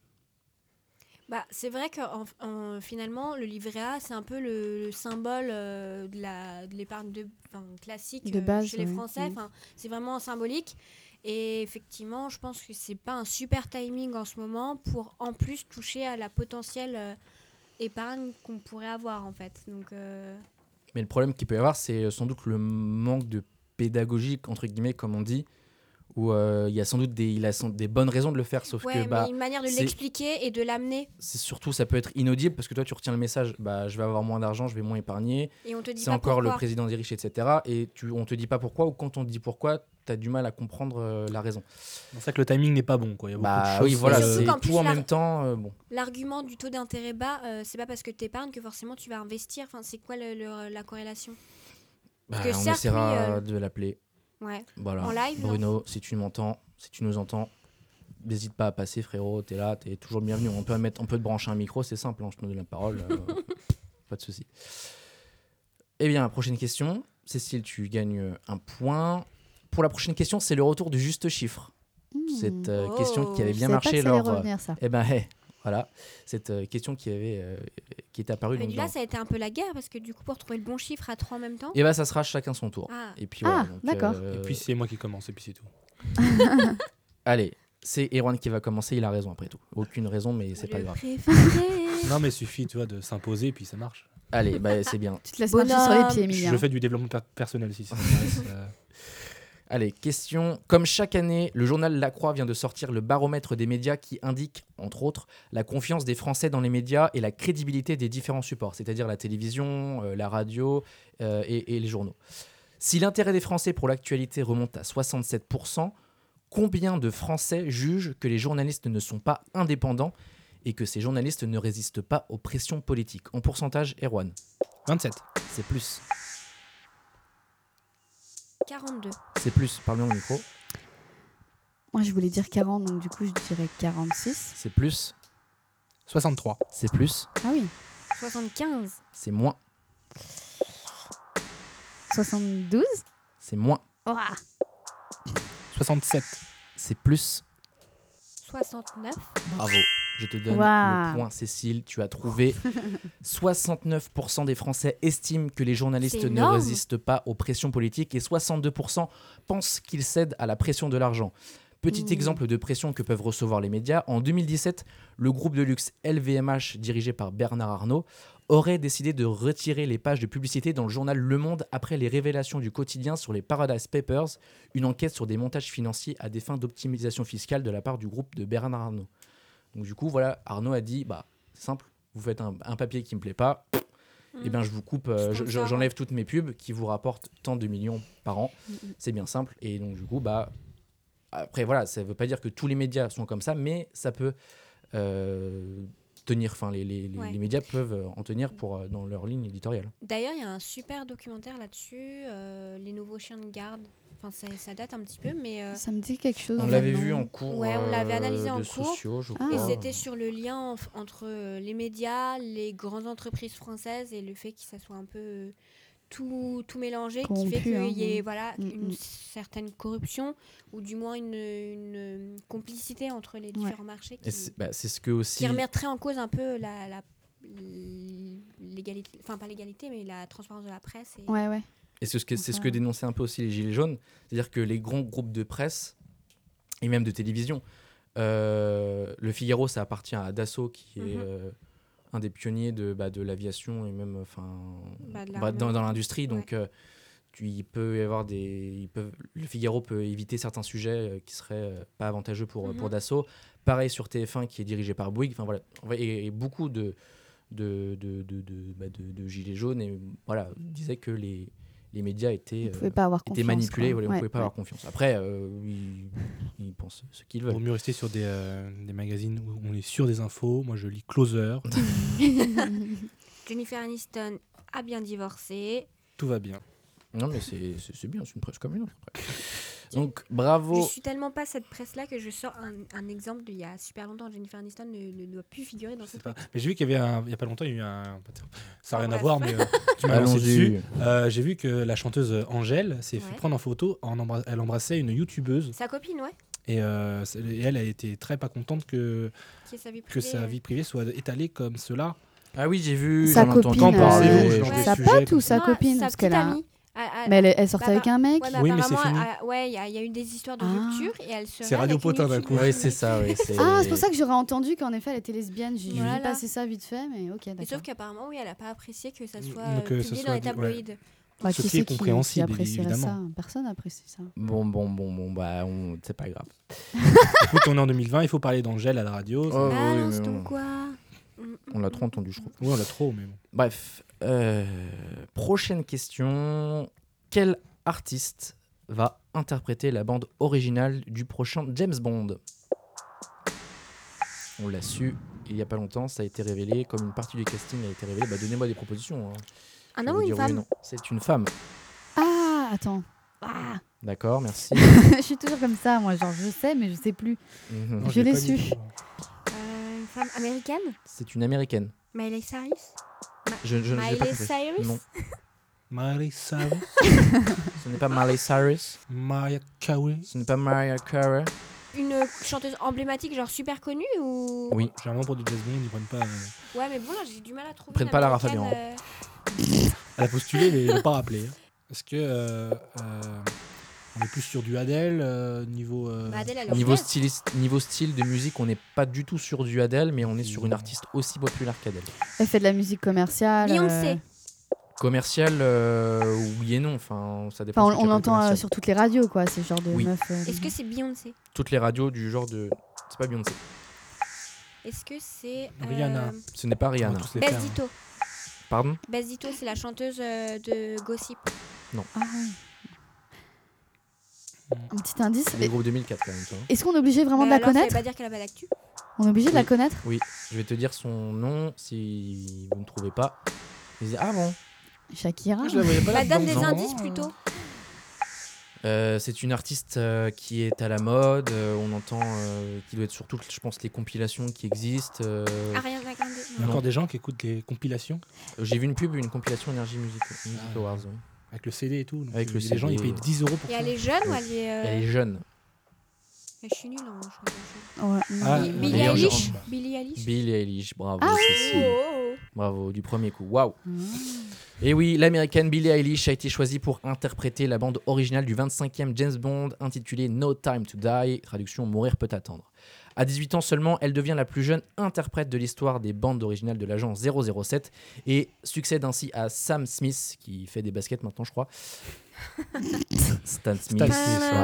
Speaker 3: Bah, c'est vrai que en- en- finalement, le livret A, c'est un peu le, le symbole euh, de la- de l'épargne de, enfin, classique
Speaker 4: De
Speaker 3: euh,
Speaker 4: base,
Speaker 3: chez les
Speaker 4: ouais.
Speaker 3: Français.
Speaker 4: Mhm.
Speaker 3: Enfin, C'est vraiment symbolique. Et effectivement, je pense que c'est pas un super timing en ce moment pour en plus toucher à la potentielle euh, épargne qu'on pourrait avoir en fait. Donc, euh,
Speaker 1: Mais le problème qu'il peut y avoir, c'est euh, sans doute le manque de pédagogique, entre guillemets, comme on dit, où euh, il y a sans doute des, il a sans- des bonnes raisons de le faire, sauf
Speaker 3: ouais,
Speaker 1: que bah,
Speaker 3: mais une manière de
Speaker 1: c'est-
Speaker 3: l'expliquer et de l'amener.
Speaker 1: c'est surtout ça peut être inaudible parce que toi tu retiens le message, bah, je vais avoir moins d'argent, je vais moins épargner,
Speaker 3: Et on te dit
Speaker 1: c'est
Speaker 3: pas
Speaker 1: encore le
Speaker 3: pourquoi.
Speaker 1: président des riches, etc. Et tu, on te dit pas pourquoi, ou quand on te dit pourquoi, tu as du mal à comprendre euh, la raison.
Speaker 2: C'est pour ça que le timing n'est pas bon. Quoi. Il y a beaucoup
Speaker 1: Bah
Speaker 2: de choses.
Speaker 1: oui, voilà,
Speaker 2: euh,
Speaker 1: c'est
Speaker 3: Surtout qu'en
Speaker 1: tout
Speaker 3: plus,
Speaker 1: en
Speaker 3: la-
Speaker 1: même temps. euh, bon.
Speaker 3: L'argument du taux d'intérêt bas, euh, c'est pas parce que tu épargnes que forcément tu vas investir. Enfin, c'est quoi le- le- la corrélation Parce
Speaker 1: Bah,
Speaker 3: que
Speaker 1: on
Speaker 3: certes,
Speaker 1: essaiera
Speaker 3: oui, euh,
Speaker 1: de l'appeler.
Speaker 3: Ouais.
Speaker 1: Voilà.
Speaker 3: En live, non
Speaker 1: Bruno, si tu m'entends, si tu nous entends, n'hésite pas à passer, frérot. T'es là, t'es toujours le bienvenu. On peut, mettre, on peut te brancher un micro, c'est simple. hein, je te donne la parole. euh, pas de souci. Eh bien, prochaine question. Cécile, tu gagnes un point. Pour la prochaine question, c'est le retour du juste chiffre. Cette euh,
Speaker 3: Oh.
Speaker 1: question qui avait
Speaker 3: Je
Speaker 1: bien
Speaker 4: Hmm. Je
Speaker 1: marché
Speaker 4: savais pas que ça allait
Speaker 1: lors. euh,
Speaker 4: revenir, ça.
Speaker 1: Eh ben, hey, voilà. Cette euh, question qui, avait, euh, qui est apparue.
Speaker 3: Mais
Speaker 1: donc,
Speaker 3: là,
Speaker 1: dans-
Speaker 3: ça a été un peu la guerre parce que du coup, pour trouver le bon chiffre à trois en même temps.
Speaker 1: Eh ben, ça sera chacun son tour.
Speaker 3: Ah,
Speaker 1: Et puis, voilà,
Speaker 4: Ah,
Speaker 1: donc,
Speaker 4: d'accord.
Speaker 1: euh,
Speaker 2: Et puis c'est moi qui commence, et puis c'est tout.
Speaker 1: Allez, c'est Erwan qui va commencer, il a raison après tout. Aucune raison, mais c'est
Speaker 3: le
Speaker 1: pas grave.
Speaker 3: préféré.
Speaker 2: Non, mais suffit tu vois, de s'imposer, puis ça marche.
Speaker 1: Allez, bah, c'est bien.
Speaker 4: Tu te laisses marcher sur les pieds,
Speaker 3: Bonhomme.
Speaker 4: Emilien.
Speaker 2: Je fais du développement per- personnel si ça t'intéresse, euh.
Speaker 1: Allez, question. Comme chaque année, le journal La Croix vient de sortir le baromètre des médias qui indique, entre autres, la confiance des Français dans les médias et la crédibilité des différents supports, c'est-à-dire la télévision, euh, la radio euh, et, et les journaux. Si l'intérêt des Français pour l'actualité remonte à 67%, combien de Français jugent que les journalistes ne sont pas indépendants et que ces journalistes ne résistent pas aux pressions politiques En pourcentage, Erwan,
Speaker 2: 27.
Speaker 1: c'est plus.
Speaker 3: 42.
Speaker 1: C'est plus, parle-moi au micro.
Speaker 4: Moi, je voulais dire 40, donc du coup, je dirais 46.
Speaker 1: C'est plus,
Speaker 2: 63.
Speaker 1: c'est plus,
Speaker 4: Ah oui,
Speaker 3: 75.
Speaker 1: c'est moins,
Speaker 4: 72
Speaker 1: c'est moins,
Speaker 4: Ouah.
Speaker 2: 67.
Speaker 1: c'est plus.
Speaker 3: 69.
Speaker 1: Bravo. Je te donne
Speaker 4: Waouh.
Speaker 1: le point, Cécile. Tu as trouvé 69% des Français estiment que les journalistes
Speaker 3: C'est
Speaker 1: ne
Speaker 3: énorme.
Speaker 1: résistent pas aux pressions politiques et 62% pensent qu'ils cèdent à la pression de l'argent. Petit
Speaker 4: Mm.
Speaker 1: exemple de pression que peuvent recevoir les médias. En 2017, le groupe de luxe LVMH, dirigé par Bernard Arnault, aurait décidé de retirer les pages de publicité dans le journal Le Monde après les révélations du quotidien sur les Paradise Papers, une enquête sur des montages financiers à des fins d'optimisation fiscale de la part du groupe de Bernard Arnault. Donc du coup, voilà, Arnaud a dit, bah, c'est simple, vous faites un, un papier qui me plaît pas,
Speaker 3: Mm.
Speaker 1: et ben je vous coupe, euh, je-
Speaker 3: Sponsor,
Speaker 1: je- j'enlève toutes mes pubs qui vous rapportent tant de millions par an.
Speaker 3: Mm,
Speaker 1: C'est bien simple. Et donc du coup, bah, après voilà, ça veut pas dire que tous les médias sont comme ça, mais ça peut euh, tenir, enfin les, les- les-
Speaker 3: Ouais.
Speaker 1: les médias peuvent euh, en tenir pour euh, dans leur ligne éditoriale.
Speaker 3: D'ailleurs, il y a un super documentaire là-dessus, euh, Les nouveaux chiens de garde. Enfin, ça, ça date un petit peu, mais. euh,
Speaker 4: Ça me dit quelque chose.
Speaker 1: On
Speaker 4: en
Speaker 1: l'avait
Speaker 4: fait,
Speaker 1: vu
Speaker 4: non
Speaker 1: en cours.
Speaker 3: Ouais, on l'avait
Speaker 1: euh,
Speaker 3: analysé en
Speaker 1: de
Speaker 3: cours.
Speaker 1: sociaux, je
Speaker 4: Ah.
Speaker 1: crois.
Speaker 3: Et c'était sur le lien en- entre euh, les médias, les grandes entreprises françaises et le fait que ça soit un peu euh, tout, tout mélangé, qui fait
Speaker 4: Corrompu,
Speaker 3: qu'il
Speaker 4: hein,
Speaker 3: y ait
Speaker 4: oui.
Speaker 3: voilà,
Speaker 4: Mm,
Speaker 3: une
Speaker 4: mm.
Speaker 3: certaine corruption ou du moins une, une, euh, complicité entre les différents marchés
Speaker 1: Et
Speaker 3: qui,
Speaker 1: c'est bah, c'est ce que aussi.
Speaker 3: qui remettrait en cause un peu la, la- l'égalité, enfin pas l'égalité, mais la transparence de la presse. Et...
Speaker 4: Ouais, ouais.
Speaker 1: Et c'est ce que, c'est ce
Speaker 4: Enfin,
Speaker 1: que
Speaker 4: ouais.
Speaker 1: dénonçaient un peu aussi les Gilets jaunes, c'est-à-dire que les grands groupes de presse et même de télévision, euh, le Figaro, ça appartient à Dassault, qui est
Speaker 3: Mhm.
Speaker 1: euh, un des pionniers de, bah, de l'aviation et même enfin
Speaker 3: Bah, de
Speaker 1: bah,
Speaker 3: l'armée.
Speaker 1: dans, dans l'industrie. Donc, euh, tu- il peut y avoir des. ils peuvent- le Figaro peut éviter certains sujets euh, qui seraient euh, pas avantageux pour, euh, pour
Speaker 3: Mhm.
Speaker 1: Dassault. Pareil sur TF1 qui est dirigé par Bouygues. Enfin, voilà. En vrai, Et, et beaucoup de, de, de, de, de- bah, de- de Gilets jaunes et, voilà, disaient que les, les médias
Speaker 4: Ils
Speaker 1: étaient,
Speaker 4: ne
Speaker 1: euh,
Speaker 4: pouvaient pas avoir
Speaker 1: étaient
Speaker 4: confiance.
Speaker 1: manipulés.
Speaker 4: quoi.
Speaker 1: voilà, On
Speaker 4: Ouais,
Speaker 1: ne pouvait pas
Speaker 4: ouais.
Speaker 1: avoir confiance. Après, euh, ils, ils pensent ce qu'ils
Speaker 2: Vaut
Speaker 1: veulent.
Speaker 2: mieux rester sur des, euh, des magazines où on est sûr des infos. Moi, je lis Closer.
Speaker 3: Jennifer Aniston a bien divorcé.
Speaker 2: Tout va bien.
Speaker 1: Non, mais c'est c'est- c'est bien, c'est une presse comme une autre. après. Donc, bravo.
Speaker 3: Je suis tellement pas cette presse-là que je sors un, un exemple d'il y a super longtemps. Jennifer Aniston ne, ne doit plus figurer dans
Speaker 2: Je sais
Speaker 3: cette
Speaker 2: pas. Mais j'ai vu qu'il y avait un- il y a pas longtemps, il y a eu un. Ça n'a rien
Speaker 3: Ah,
Speaker 2: à
Speaker 3: bref.
Speaker 2: voir, mais euh, tu m'as lancé
Speaker 1: Allons-y.
Speaker 2: dessus. Euh, j'ai vu que la chanteuse Angèle s'est fait
Speaker 3: Ouais.
Speaker 2: prendre en photo. En embra- Elle embrassait une youtubeuse
Speaker 3: Sa copine, ouais,
Speaker 2: et, euh, c'est- et elle a été très pas contente que,
Speaker 3: qui est sa vie
Speaker 2: que
Speaker 3: privée.
Speaker 2: sa vie privée soit étalée comme cela.
Speaker 1: Ah oui, j'ai vu.
Speaker 4: Sa
Speaker 1: j'en ai entendu
Speaker 4: copine,
Speaker 2: Qu'en
Speaker 4: euh,
Speaker 1: parler,
Speaker 2: pensez-vous
Speaker 1: j'ai
Speaker 2: ce genre
Speaker 1: entendu
Speaker 2: de
Speaker 4: sa
Speaker 2: sujet
Speaker 4: pote
Speaker 2: comme
Speaker 4: ou sa
Speaker 3: euh, Non,
Speaker 4: copine
Speaker 3: Sa
Speaker 4: Parce
Speaker 3: petite
Speaker 4: qu'elle a.
Speaker 3: amie. Ah, ah,
Speaker 4: Mais elle, elle sortait
Speaker 3: Bah,
Speaker 4: avec un
Speaker 3: ouais,
Speaker 4: mec.
Speaker 2: Oui,
Speaker 3: apparemment,
Speaker 2: mais c'est fini.
Speaker 3: ah, ouais, il y, a- il y a eu des histoires de
Speaker 4: Ah.
Speaker 3: rupture et elle se.
Speaker 2: C'est Radio Potin, d'un coup.
Speaker 1: Oui, c'est ça. Oui,
Speaker 4: Ah, c'est pour ça que j'aurais entendu qu'en effet elle était lesbienne. J'ai
Speaker 3: Voilà.
Speaker 4: vu passer ça vite fait, mais ok,
Speaker 3: Mais
Speaker 4: d'accord.
Speaker 3: sauf qu'apparemment, oui, elle a pas apprécié que ça
Speaker 2: Mm,
Speaker 3: soit
Speaker 2: que
Speaker 3: euh,
Speaker 2: ce
Speaker 3: publié
Speaker 2: soit
Speaker 3: dans les
Speaker 2: dit, ouais.
Speaker 3: tabloïds.
Speaker 4: Bah,
Speaker 2: Ceci
Speaker 4: qui c'est
Speaker 2: est
Speaker 4: qui- qui
Speaker 2: compréhensible,
Speaker 4: apprécierait
Speaker 2: évidemment.
Speaker 4: ça Personne n'apprécie ça.
Speaker 1: Bon, bon, bon, bon, bah, on... c'est pas grave.
Speaker 2: Écoute, on est en 2020, il faut parler d'Angèle à la radio.
Speaker 1: Oh, oui,
Speaker 3: Balance
Speaker 1: mais
Speaker 3: ton
Speaker 1: bon.
Speaker 3: quoi Mm,
Speaker 1: On l'a
Speaker 3: mm,
Speaker 1: trop
Speaker 3: mm,
Speaker 1: entendu, je trouve.
Speaker 2: Ouais, on l'a trop, mais bon.
Speaker 1: Bref, euh, prochaine question. Quel artiste va interpréter la bande originale du prochain James Bond On l'a su il y a pas longtemps, ça a été révélé, comme une partie du casting a été révélée. Bah, donnez-moi des propositions. hein.
Speaker 3: Un
Speaker 1: Je vais vous
Speaker 3: homme ou Ah une
Speaker 1: dire oui
Speaker 3: femme
Speaker 1: non. C'est une femme.
Speaker 4: Ah, attends. Ah,
Speaker 1: D'accord, merci.
Speaker 4: je suis toujours comme ça, moi. Genre, je sais, mais je sais plus.
Speaker 1: Mhm.
Speaker 2: Non,
Speaker 4: Je l'ai
Speaker 2: pas
Speaker 4: su.
Speaker 2: mis.
Speaker 3: Euh, Une femme américaine
Speaker 1: C'est une américaine.
Speaker 3: Miley Cyrus
Speaker 1: Je, je, je l'ai pas
Speaker 3: Miley
Speaker 1: compris.
Speaker 3: Cyrus
Speaker 1: Non,
Speaker 2: Miley Cyrus,
Speaker 1: ce n'est pas Miley Cyrus,
Speaker 2: Mariah Carey.
Speaker 1: ce n'est pas Mariah Carey.
Speaker 3: Une chanteuse emblématique, genre super connue ou
Speaker 1: Oui.
Speaker 2: Généralement, pour du jazz band, ils prennent pas. euh,
Speaker 3: Ouais, mais bon, là, j'ai du mal à trouver.
Speaker 1: Prennent
Speaker 3: une
Speaker 1: pas Lara
Speaker 3: américaine, euh,
Speaker 2: Elle a postulé, mais elle n'a pas rappelé. hein. Parce que. euh, euh, on est plus sur du Adele, euh, niveau. euh,
Speaker 3: bah, Adele, elle est
Speaker 1: Niveau,
Speaker 3: anglaise.
Speaker 1: styliste, niveau style de musique, on n'est pas du tout sur du Adele, mais on est sur une artiste aussi populaire qu'Adele.
Speaker 4: Elle fait de la musique commerciale. euh,
Speaker 3: Beyoncé.
Speaker 1: Commercial, euh, oui et non. Enfin, ça dépend.
Speaker 4: Enfin,
Speaker 1: ce que tu
Speaker 4: on,
Speaker 1: appelles
Speaker 4: l'entend euh,
Speaker 1: commercial.
Speaker 4: sur toutes les radios, quoi. C'est genre de
Speaker 1: Oui.
Speaker 4: meuf. euh,
Speaker 3: Est-ce que c'est Beyoncé
Speaker 1: Toutes les radios du genre de. C'est pas Beyoncé.
Speaker 3: Est-ce que c'est. euh,
Speaker 2: Rihanna.
Speaker 1: Ce n'est pas
Speaker 2: on va
Speaker 1: Rihanna.
Speaker 2: tous les
Speaker 3: Bess
Speaker 2: faire, hein.
Speaker 3: Ditto.
Speaker 1: Pardon
Speaker 3: Bess Ditto, c'est la chanteuse euh, de Gossip.
Speaker 4: Ah, oui. Un petit indice.
Speaker 1: Le groupe 2004 quand même. toi.
Speaker 4: Est-ce qu'on est obligé vraiment
Speaker 3: Bah,
Speaker 4: de
Speaker 3: alors, ça
Speaker 4: la
Speaker 3: veut
Speaker 4: connaître
Speaker 3: pas dire qu'elle a pas d'actu.
Speaker 4: On est obligé de la
Speaker 1: Oui.
Speaker 4: connaître
Speaker 1: Je vais te dire son nom si vous ne trouvez pas. Vous dites, ah bon
Speaker 4: Shakira
Speaker 2: Ah, je la voyais pas là
Speaker 3: Bah, donne des
Speaker 2: dedans.
Speaker 3: indices plutôt.
Speaker 1: Euh, c'est une artiste euh, qui est à la mode. euh, on entend euh, qui doit être sur toutes, je pense, les compilations qui existent. euh,
Speaker 4: Ah.
Speaker 3: Ariana Grande.
Speaker 2: Il y a
Speaker 1: Non.
Speaker 2: encore des gens qui écoutent les compilations
Speaker 1: J'ai vu une pub, une compilation Energy Music, Music
Speaker 2: Ah.
Speaker 1: Awards. ouais.
Speaker 4: Euh.
Speaker 2: avec le CD et tout. Donc
Speaker 1: Avec
Speaker 2: euh,
Speaker 1: le
Speaker 2: les
Speaker 1: CD,
Speaker 2: gens, ils payent
Speaker 1: ouais.
Speaker 2: 10 euros pour
Speaker 3: Et
Speaker 2: ça.
Speaker 3: elle est jeune ou elle est. euh,
Speaker 1: Elle est jeune.
Speaker 3: mais Je suis nulle en chanson.
Speaker 4: Ouais,
Speaker 2: Ah,
Speaker 4: non.
Speaker 3: Bi-
Speaker 2: ouais.
Speaker 3: Billie
Speaker 1: Et Euh, en
Speaker 3: Eilish
Speaker 2: genre-
Speaker 3: Billie Eilish
Speaker 1: Billie Eilish, bravo.
Speaker 4: Ah
Speaker 3: Oh,
Speaker 1: Cécile.
Speaker 3: oh, oh.
Speaker 1: Bravo, du premier coup. Waouh.
Speaker 4: Ah.
Speaker 1: Et oui, l'américaine Billie Eilish a été choisie pour interpréter la bande originale du 25e James Bond intitulée No Time to Die, traduction Mourir peut attendre. À 18 ans seulement, elle devient la plus jeune interprète de l'histoire des bandes originales de l'agent 007 et succède ainsi à Sam Smith, qui fait des baskets maintenant, je crois. Stan Smith.
Speaker 2: Smith,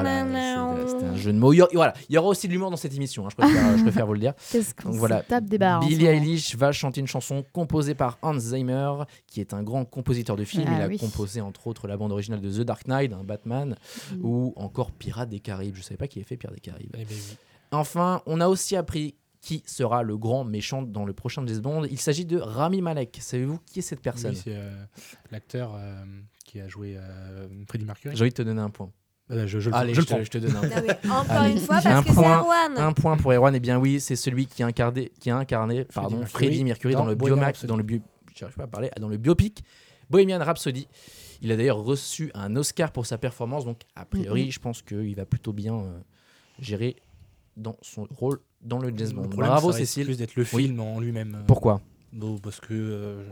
Speaker 1: voilà, c'est- C'était un jeu de mots. Il y aura- voilà, il y aura aussi de l'humour dans cette émission, hein, je, préfère, je préfère vous le dire.
Speaker 4: Ah. Qu'est-ce qu'on
Speaker 1: Donc
Speaker 4: se
Speaker 1: voilà,
Speaker 4: tape des barres hein, en
Speaker 1: Billie
Speaker 4: ce moment.
Speaker 1: Eilish va chanter une chanson composée par Hans Zimmer, qui est un grand compositeur de films.
Speaker 4: Ah
Speaker 1: Il a
Speaker 4: oui.
Speaker 1: composé entre autres la bande originale de The Dark Knight, un Batman,
Speaker 4: Mm.
Speaker 1: ou encore Pirates des Caraïbes. Je savais pas qui avait fait Pirates des Caraïbes.
Speaker 2: Eh ben oui.
Speaker 1: Enfin, on a aussi appris qui sera le grand méchant dans le prochain James Bond. Il s'agit de Rami Malek. Savez-vous qui est cette personne
Speaker 2: Lui, c'est euh, l'acteur euh, qui a joué euh, Freddie Mercury.
Speaker 1: J'ai envie de te donner un point.
Speaker 2: Euh, je, je le-
Speaker 1: Allez, je,
Speaker 2: je le prends.
Speaker 1: te, je te donne un
Speaker 3: Non, mais Ah encore
Speaker 1: Allez.
Speaker 3: une fois,
Speaker 1: Un
Speaker 3: parce que c'est
Speaker 1: point,
Speaker 3: Erwan.
Speaker 1: Un point pour Erwan, et bien oui, c'est celui qui a incarné, qui a incarné pardon,
Speaker 2: Mercury
Speaker 1: Freddie Mercury dans,
Speaker 2: dans
Speaker 1: le
Speaker 2: Bohemian
Speaker 1: biomac,
Speaker 2: Rhapsody.
Speaker 1: dans le bio, j'arrive pas à parler, dans le biopic Bohemian Rhapsody. Il a d'ailleurs reçu un Oscar pour sa performance, donc a priori,
Speaker 2: Mhm.
Speaker 1: je pense qu'il va plutôt bien euh, gérer dans son rôle dans le jazz
Speaker 2: Le
Speaker 1: Bond.
Speaker 2: problème,
Speaker 1: Bravo
Speaker 2: ça risque
Speaker 1: Cécile.
Speaker 2: plus d'être le
Speaker 1: Oui.
Speaker 2: film en lui-même. euh,
Speaker 1: Pourquoi
Speaker 2: bon, parce que euh,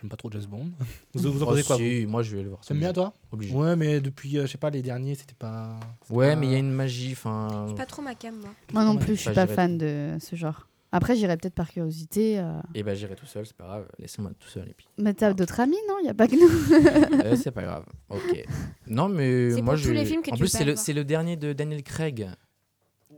Speaker 2: j'aime pas trop James Bond. Vous, vous en pensez
Speaker 1: Oh,
Speaker 2: quoi vous
Speaker 1: si, Moi, je vais le voir. c'est
Speaker 2: T'aimes bien toi
Speaker 1: obligé.
Speaker 2: Ouais, mais depuis, euh, je sais pas, les derniers, c'était pas.
Speaker 1: Ouais, mais il y a une magie. Enfin,
Speaker 3: C'est pas trop ma cam, moi.
Speaker 4: Moi non plus, je suis
Speaker 1: Enfin,
Speaker 4: pas
Speaker 1: j'irai-
Speaker 4: fan de ce genre. Après, j'irai peut-être par curiosité. euh.
Speaker 1: Et ben j'irai tout seul, c'est pas grave. Laissez-moi tout seul et puis.
Speaker 4: Mais t'as d'autres amis, non Il n'y a pas que nous.
Speaker 1: Euh, c'est pas grave. Ok. Non mais
Speaker 3: C'est
Speaker 1: moi
Speaker 3: pour
Speaker 1: je.
Speaker 3: tous les films que
Speaker 1: en
Speaker 3: tu
Speaker 1: plus c'est
Speaker 3: peux
Speaker 1: le
Speaker 3: aller voir.
Speaker 1: c'est le dernier de Daniel Craig.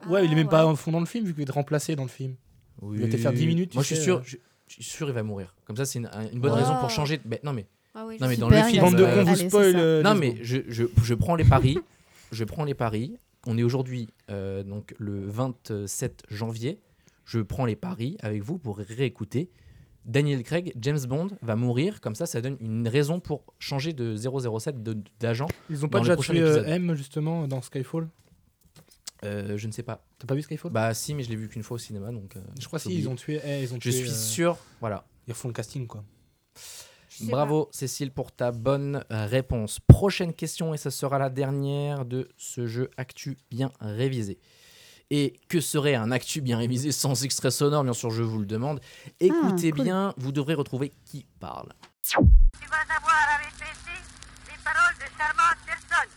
Speaker 2: Ouais, il est même
Speaker 3: Ah,
Speaker 2: pas
Speaker 3: ouais.
Speaker 2: en fond dans le film, vu qu'il est remplacé dans le film.
Speaker 1: Oui.
Speaker 2: va te faire 10 minutes, tu
Speaker 1: Moi je suis
Speaker 2: sais,
Speaker 1: sûr,
Speaker 2: euh.
Speaker 1: je, je suis sûr il va mourir. Comme ça c'est une, une bonne
Speaker 3: Ouais.
Speaker 1: raison
Speaker 3: Oh.
Speaker 1: pour changer. de- Mais, non mais
Speaker 3: Ah oui,
Speaker 1: non
Speaker 3: je
Speaker 1: mais
Speaker 3: sais
Speaker 1: dans
Speaker 4: Super,
Speaker 1: le
Speaker 4: il
Speaker 1: film.
Speaker 4: va
Speaker 2: Bande de,
Speaker 4: mourir.
Speaker 1: euh,
Speaker 2: on vous
Speaker 4: Allez, c'est
Speaker 2: spoil.
Speaker 4: ça.
Speaker 2: euh,
Speaker 1: Non,
Speaker 2: let's
Speaker 1: mais
Speaker 2: go.
Speaker 1: je, je, je prends les paris. Je prends les paris. On est aujourd'hui, euh, donc le 27 janvier. Je prends les paris avec vous pour réécouter. Daniel Craig, James Bond va mourir. Comme ça, ça donne une raison pour changer de 007 de- d'agent.
Speaker 2: Ils ont pas
Speaker 1: dans le
Speaker 2: déjà
Speaker 1: prochain
Speaker 2: tué euh,
Speaker 1: épisode.
Speaker 2: M, justement, dans Skyfall
Speaker 1: Euh, je ne sais pas.
Speaker 2: T'as pas vu Skyfall
Speaker 1: Bah si, mais je l'ai vu qu'une fois au cinéma, donc. euh,
Speaker 2: Bah, Je crois
Speaker 1: j'ai
Speaker 2: si,
Speaker 1: oublié.
Speaker 2: ils ont tué. eh, ils ont
Speaker 1: Je
Speaker 2: tué,
Speaker 1: suis
Speaker 2: euh,
Speaker 1: sûr. Voilà.
Speaker 2: Ils refont le casting, quoi.
Speaker 3: Je sais
Speaker 1: Bravo Cécile pour ta bonne euh, réponse. Prochaine question, et ça sera la dernière de ce jeu Actu bien révisé. Et que serait un Actu bien révisé sans extrait sonore Bien sûr, je vous le demande. Écoutez
Speaker 4: cool.
Speaker 1: bien, vous devrez retrouver qui parle.
Speaker 5: Tu vas avoir à répéter les paroles de Charmant Nelson.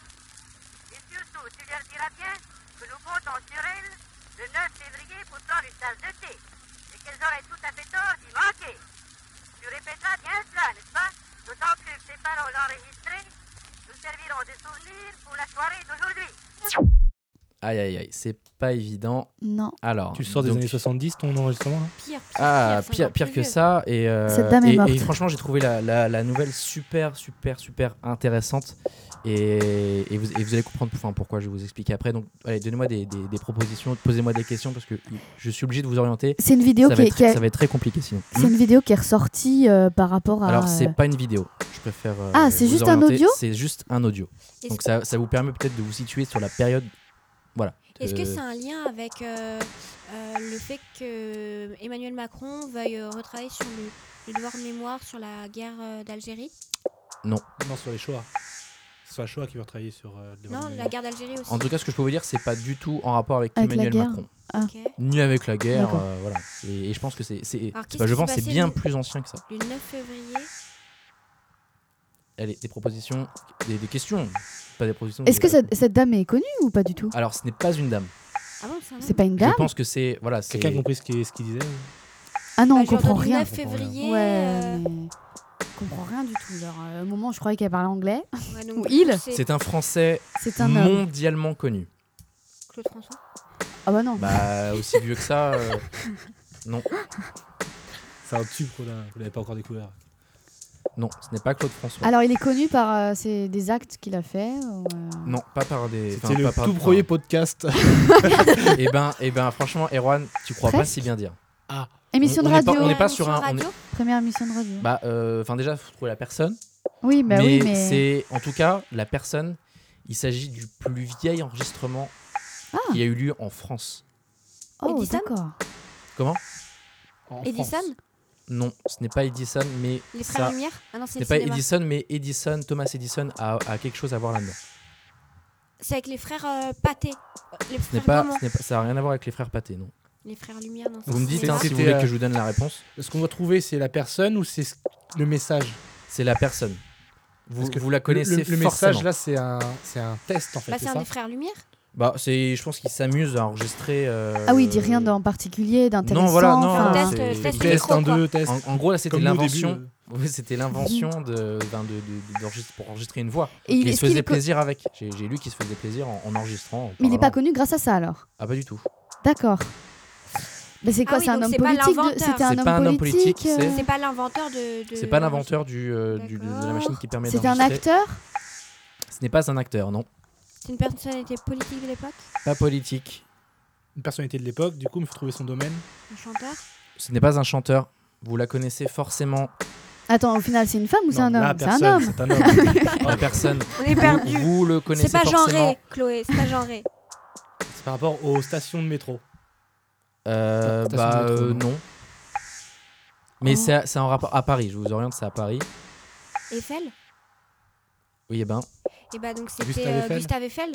Speaker 5: Et surtout, tu leur diras bien que nous comptons sur elles le 9 février pour prendre une tasse de thé. Et qu'elles auraient tout à fait tort d'y manquer. Tu répéteras bien cela, n'est-ce pas D'autant que ces paroles enregistrées nous serviront de souvenir pour la soirée d'aujourd'hui.
Speaker 1: Aïe aïe aïe, c'est pas évident.
Speaker 4: Non.
Speaker 1: Alors,
Speaker 2: Tu le sors des
Speaker 1: donc-
Speaker 2: années 70, ton enregistrement là
Speaker 3: pas. Pire, pire,
Speaker 1: Ah,
Speaker 3: c'est
Speaker 1: pire,
Speaker 3: encore
Speaker 1: pire
Speaker 3: plus
Speaker 1: que
Speaker 3: vieux.
Speaker 1: ça. Et, euh,
Speaker 4: Cette dame est
Speaker 1: et- et
Speaker 4: morte.
Speaker 1: franchement, j'ai trouvé la, la- la nouvelle super, super, super intéressante. Et, et vous, et vous allez comprendre enfin, pourquoi je vais vous expliquer après. Donc, allez, donnez-moi des, des- des propositions, posez-moi des questions parce que je suis obligé de vous orienter.
Speaker 4: C'est une vidéo
Speaker 1: Ça
Speaker 4: qui
Speaker 1: va,
Speaker 4: est,
Speaker 1: être,
Speaker 4: qui est-
Speaker 1: ça va être très compliqué sinon. Hmm
Speaker 4: C'est une vidéo qui est ressortie euh, par rapport à.
Speaker 1: Alors, c'est
Speaker 4: euh,
Speaker 1: pas une vidéo. Je préfère. euh,
Speaker 4: Ah, c'est
Speaker 1: vous
Speaker 4: juste un
Speaker 1: orienter.
Speaker 4: audio
Speaker 1: C'est juste un audio.
Speaker 3: Est-ce-
Speaker 1: Donc, ça, ça vous permet peut-être de vous situer sur la période. Voilà.
Speaker 3: Est-ce que
Speaker 1: Euh,
Speaker 3: c'est un lien avec euh, euh, le fait que Emmanuel Macron veuille euh, retravailler sur le, le devoir de mémoire sur la guerre euh, d'Algérie
Speaker 2: Non, sur les Shoah. C'est sur la Shoah qui va travailler sur. euh, Devant
Speaker 3: Non,
Speaker 2: le-
Speaker 3: la guerre d'Algérie aussi.
Speaker 1: En tout cas, ce que je peux vous dire, c'est pas du tout en rapport avec,
Speaker 4: Avec la
Speaker 1: Emmanuel
Speaker 4: guerre.
Speaker 1: Macron.
Speaker 3: Ok.
Speaker 1: ni avec la guerre,
Speaker 4: D'accord.
Speaker 1: euh, voilà. Et, et je pense que c'est, c'est- c'est
Speaker 3: Alors, qu'est-ce
Speaker 1: pas-
Speaker 3: qui
Speaker 1: je
Speaker 3: s'est
Speaker 1: pense, que c'est
Speaker 3: passé
Speaker 1: bien
Speaker 3: le-
Speaker 1: plus ancien que ça.
Speaker 3: Le 9 février.
Speaker 1: Allez, des propositions, des, des questions, pas des propositions.
Speaker 4: Est-ce que
Speaker 1: des-
Speaker 4: cette, cette dame est connue ou pas du tout
Speaker 1: Alors, ce n'est pas une dame.
Speaker 3: Ah bon, c'est un
Speaker 4: C'est
Speaker 3: homme
Speaker 4: pas une dame
Speaker 1: Je pense que c'est, voilà, c'est.
Speaker 2: Quelqu'un a compris ce qu'il ce qu'il disait euh
Speaker 4: Ah non,
Speaker 3: Bah,
Speaker 4: on
Speaker 3: genre
Speaker 4: comprend
Speaker 3: le
Speaker 4: rien.
Speaker 3: 9
Speaker 2: on comprend rien.
Speaker 3: février.
Speaker 4: Ouais.
Speaker 3: euh,
Speaker 4: mais Je comprends rien du tout. Alors, euh, au moment, je croyais qu'elle parlait anglais.
Speaker 3: ouais, donc du coup,
Speaker 4: Ou il
Speaker 3: c'est
Speaker 1: C'est un Français
Speaker 4: C'est un homme.
Speaker 1: mondialement connu.
Speaker 3: Claude François.
Speaker 4: Ah bah non.
Speaker 1: Bah aussi vieux que ça. euh, Non,
Speaker 2: C'est un tube qu'on a- qu'on n'avait pas encore découvert.
Speaker 1: non, ce n'est pas Claude François.
Speaker 4: Alors, il est connu par euh, ses- des actes qu'il a fait. ou, euh,
Speaker 1: Non, pas par des.
Speaker 2: C'était
Speaker 1: enfin,
Speaker 2: le
Speaker 1: pas par-
Speaker 2: tout premier podcast.
Speaker 1: Eh ben, eh ben, franchement, Erwan, tu crois pas
Speaker 4: Presque.
Speaker 1: si bien dire.
Speaker 4: Émission de
Speaker 1: on est pas-
Speaker 4: radio.
Speaker 1: on est pas
Speaker 3: Ouais,
Speaker 1: sur
Speaker 3: émission
Speaker 1: un- on est-
Speaker 3: euh, radio.
Speaker 4: Première émission de radio.
Speaker 1: Bah, euh, enfin déjà, faut trouver la personne.
Speaker 4: oui, bah
Speaker 1: mais
Speaker 4: oui, mais.
Speaker 1: c'est en tout cas la personne. Il s'agit du plus vieil enregistrement
Speaker 4: Ah.
Speaker 1: qui a eu lieu en France.
Speaker 4: Oh,
Speaker 3: Edison
Speaker 4: d'accord.
Speaker 1: Euh, Comment
Speaker 2: en
Speaker 3: Edison
Speaker 2: France.
Speaker 1: Non, ce n'est pas Edison, mais
Speaker 3: Les frères
Speaker 1: ça.
Speaker 3: Lumière Ah non,
Speaker 1: Ce
Speaker 3: c'est
Speaker 1: n'est
Speaker 3: le
Speaker 1: pas
Speaker 3: cinéma.
Speaker 1: Edison, mais Edison, Thomas Edison a, a quelque chose à voir là-dedans.
Speaker 3: C'est avec les frères euh, Pathé. Euh, Les
Speaker 1: Ce n'est
Speaker 3: frères
Speaker 1: pas,
Speaker 3: Gaumont.
Speaker 1: ce n'est pas- ça n'a rien à voir avec les frères Pathé, non.
Speaker 3: Les frères Lumière, non. c'est Bah,
Speaker 1: Vous me dites
Speaker 3: cinéma.
Speaker 1: hein, si vous
Speaker 2: C'était,
Speaker 1: voulez
Speaker 2: euh,
Speaker 1: que je vous donne la réponse.
Speaker 2: Ce qu'on doit trouver, c'est la personne ou c'est ce- le message
Speaker 1: C'est la personne. Vous,
Speaker 2: Parce que
Speaker 1: vous la
Speaker 2: Le,
Speaker 1: connaissez
Speaker 2: le- le
Speaker 1: forcément.
Speaker 2: message là, c'est un, c'est un test en fait.
Speaker 3: Bah,
Speaker 2: c'est
Speaker 3: c'est un
Speaker 2: ça
Speaker 3: des frères Lumière.
Speaker 1: Bah, c'est, je pense qu'il s'amuse à enregistrer. euh,
Speaker 4: Ah oui, il dit rien d'en particulier, d'intéressant.
Speaker 1: Non, voilà, non.
Speaker 4: enfin,
Speaker 3: Un test,
Speaker 1: c'est-
Speaker 3: euh, test
Speaker 1: c'est-
Speaker 2: Test
Speaker 3: micro,
Speaker 2: un
Speaker 3: quoi.
Speaker 2: deux test.
Speaker 1: En, en gros, là, c'était
Speaker 2: Comme nous, au début,
Speaker 1: l'invention.
Speaker 2: euh,
Speaker 1: Oui, c'était l'invention de, ben, de- de- d'enregistrer- pour enregistrer une voix.
Speaker 4: Et il-
Speaker 1: il
Speaker 4: est-ce
Speaker 1: se
Speaker 4: qu'il
Speaker 1: faisait
Speaker 4: est co-
Speaker 1: plaisir avec. J'ai j'ai lu qu'il se faisait plaisir en, en enregistrant. en
Speaker 4: Mais il n'est
Speaker 1: parlant.
Speaker 4: pas connu grâce à ça alors.
Speaker 1: Ah, pas du tout.
Speaker 4: D'accord. Mais c'est
Speaker 3: Ah
Speaker 4: quoi
Speaker 3: oui,
Speaker 4: C'est un
Speaker 3: donc
Speaker 4: homme
Speaker 3: c'est pas
Speaker 4: politique de-
Speaker 3: l'inventeur.
Speaker 4: C'était un,
Speaker 1: C'est pas un homme politique,
Speaker 4: euh,
Speaker 1: c'est-
Speaker 3: C'est pas l'inventeur de. de-
Speaker 1: C'est pas l'inventeur du, euh, du- de la
Speaker 3: D'accord.
Speaker 1: machine qui permet
Speaker 4: C'était un
Speaker 1: d'enregistrer.
Speaker 4: acteur
Speaker 1: Ce n'est pas un acteur, non.
Speaker 3: C'est une personnalité politique de l'époque.
Speaker 1: Pas politique.
Speaker 2: Une personnalité de l'époque, du coup, il faut trouver son domaine.
Speaker 3: Un chanteur.
Speaker 1: Ce n'est pas un chanteur. Vous la connaissez forcément.
Speaker 4: Attends, au final, c'est une femme ou c'est
Speaker 2: Non,
Speaker 4: un
Speaker 2: la
Speaker 4: homme C'est un
Speaker 2: personne,
Speaker 4: homme.
Speaker 2: C'est un homme.
Speaker 1: La personne.
Speaker 3: On est
Speaker 1: Vous,
Speaker 3: Ah. perdu.
Speaker 1: vous le connaissez
Speaker 3: C'est pas
Speaker 1: forcément.
Speaker 3: genré, Chloé. C'est pas genré.
Speaker 2: C'est par rapport aux stations de métro.
Speaker 1: Euh,
Speaker 2: Attends,
Speaker 1: bah
Speaker 2: attends,
Speaker 1: euh,
Speaker 2: attends.
Speaker 1: non. Mais
Speaker 3: Oh.
Speaker 1: c'est c'est en rapport à Paris. Je vous oriente, c'est à Paris.
Speaker 3: Eiffel.
Speaker 1: Oui, eh ben.
Speaker 3: Et bah donc
Speaker 2: Gustave
Speaker 3: c'était euh,
Speaker 2: Eiffel.
Speaker 3: Gustave Eiffel.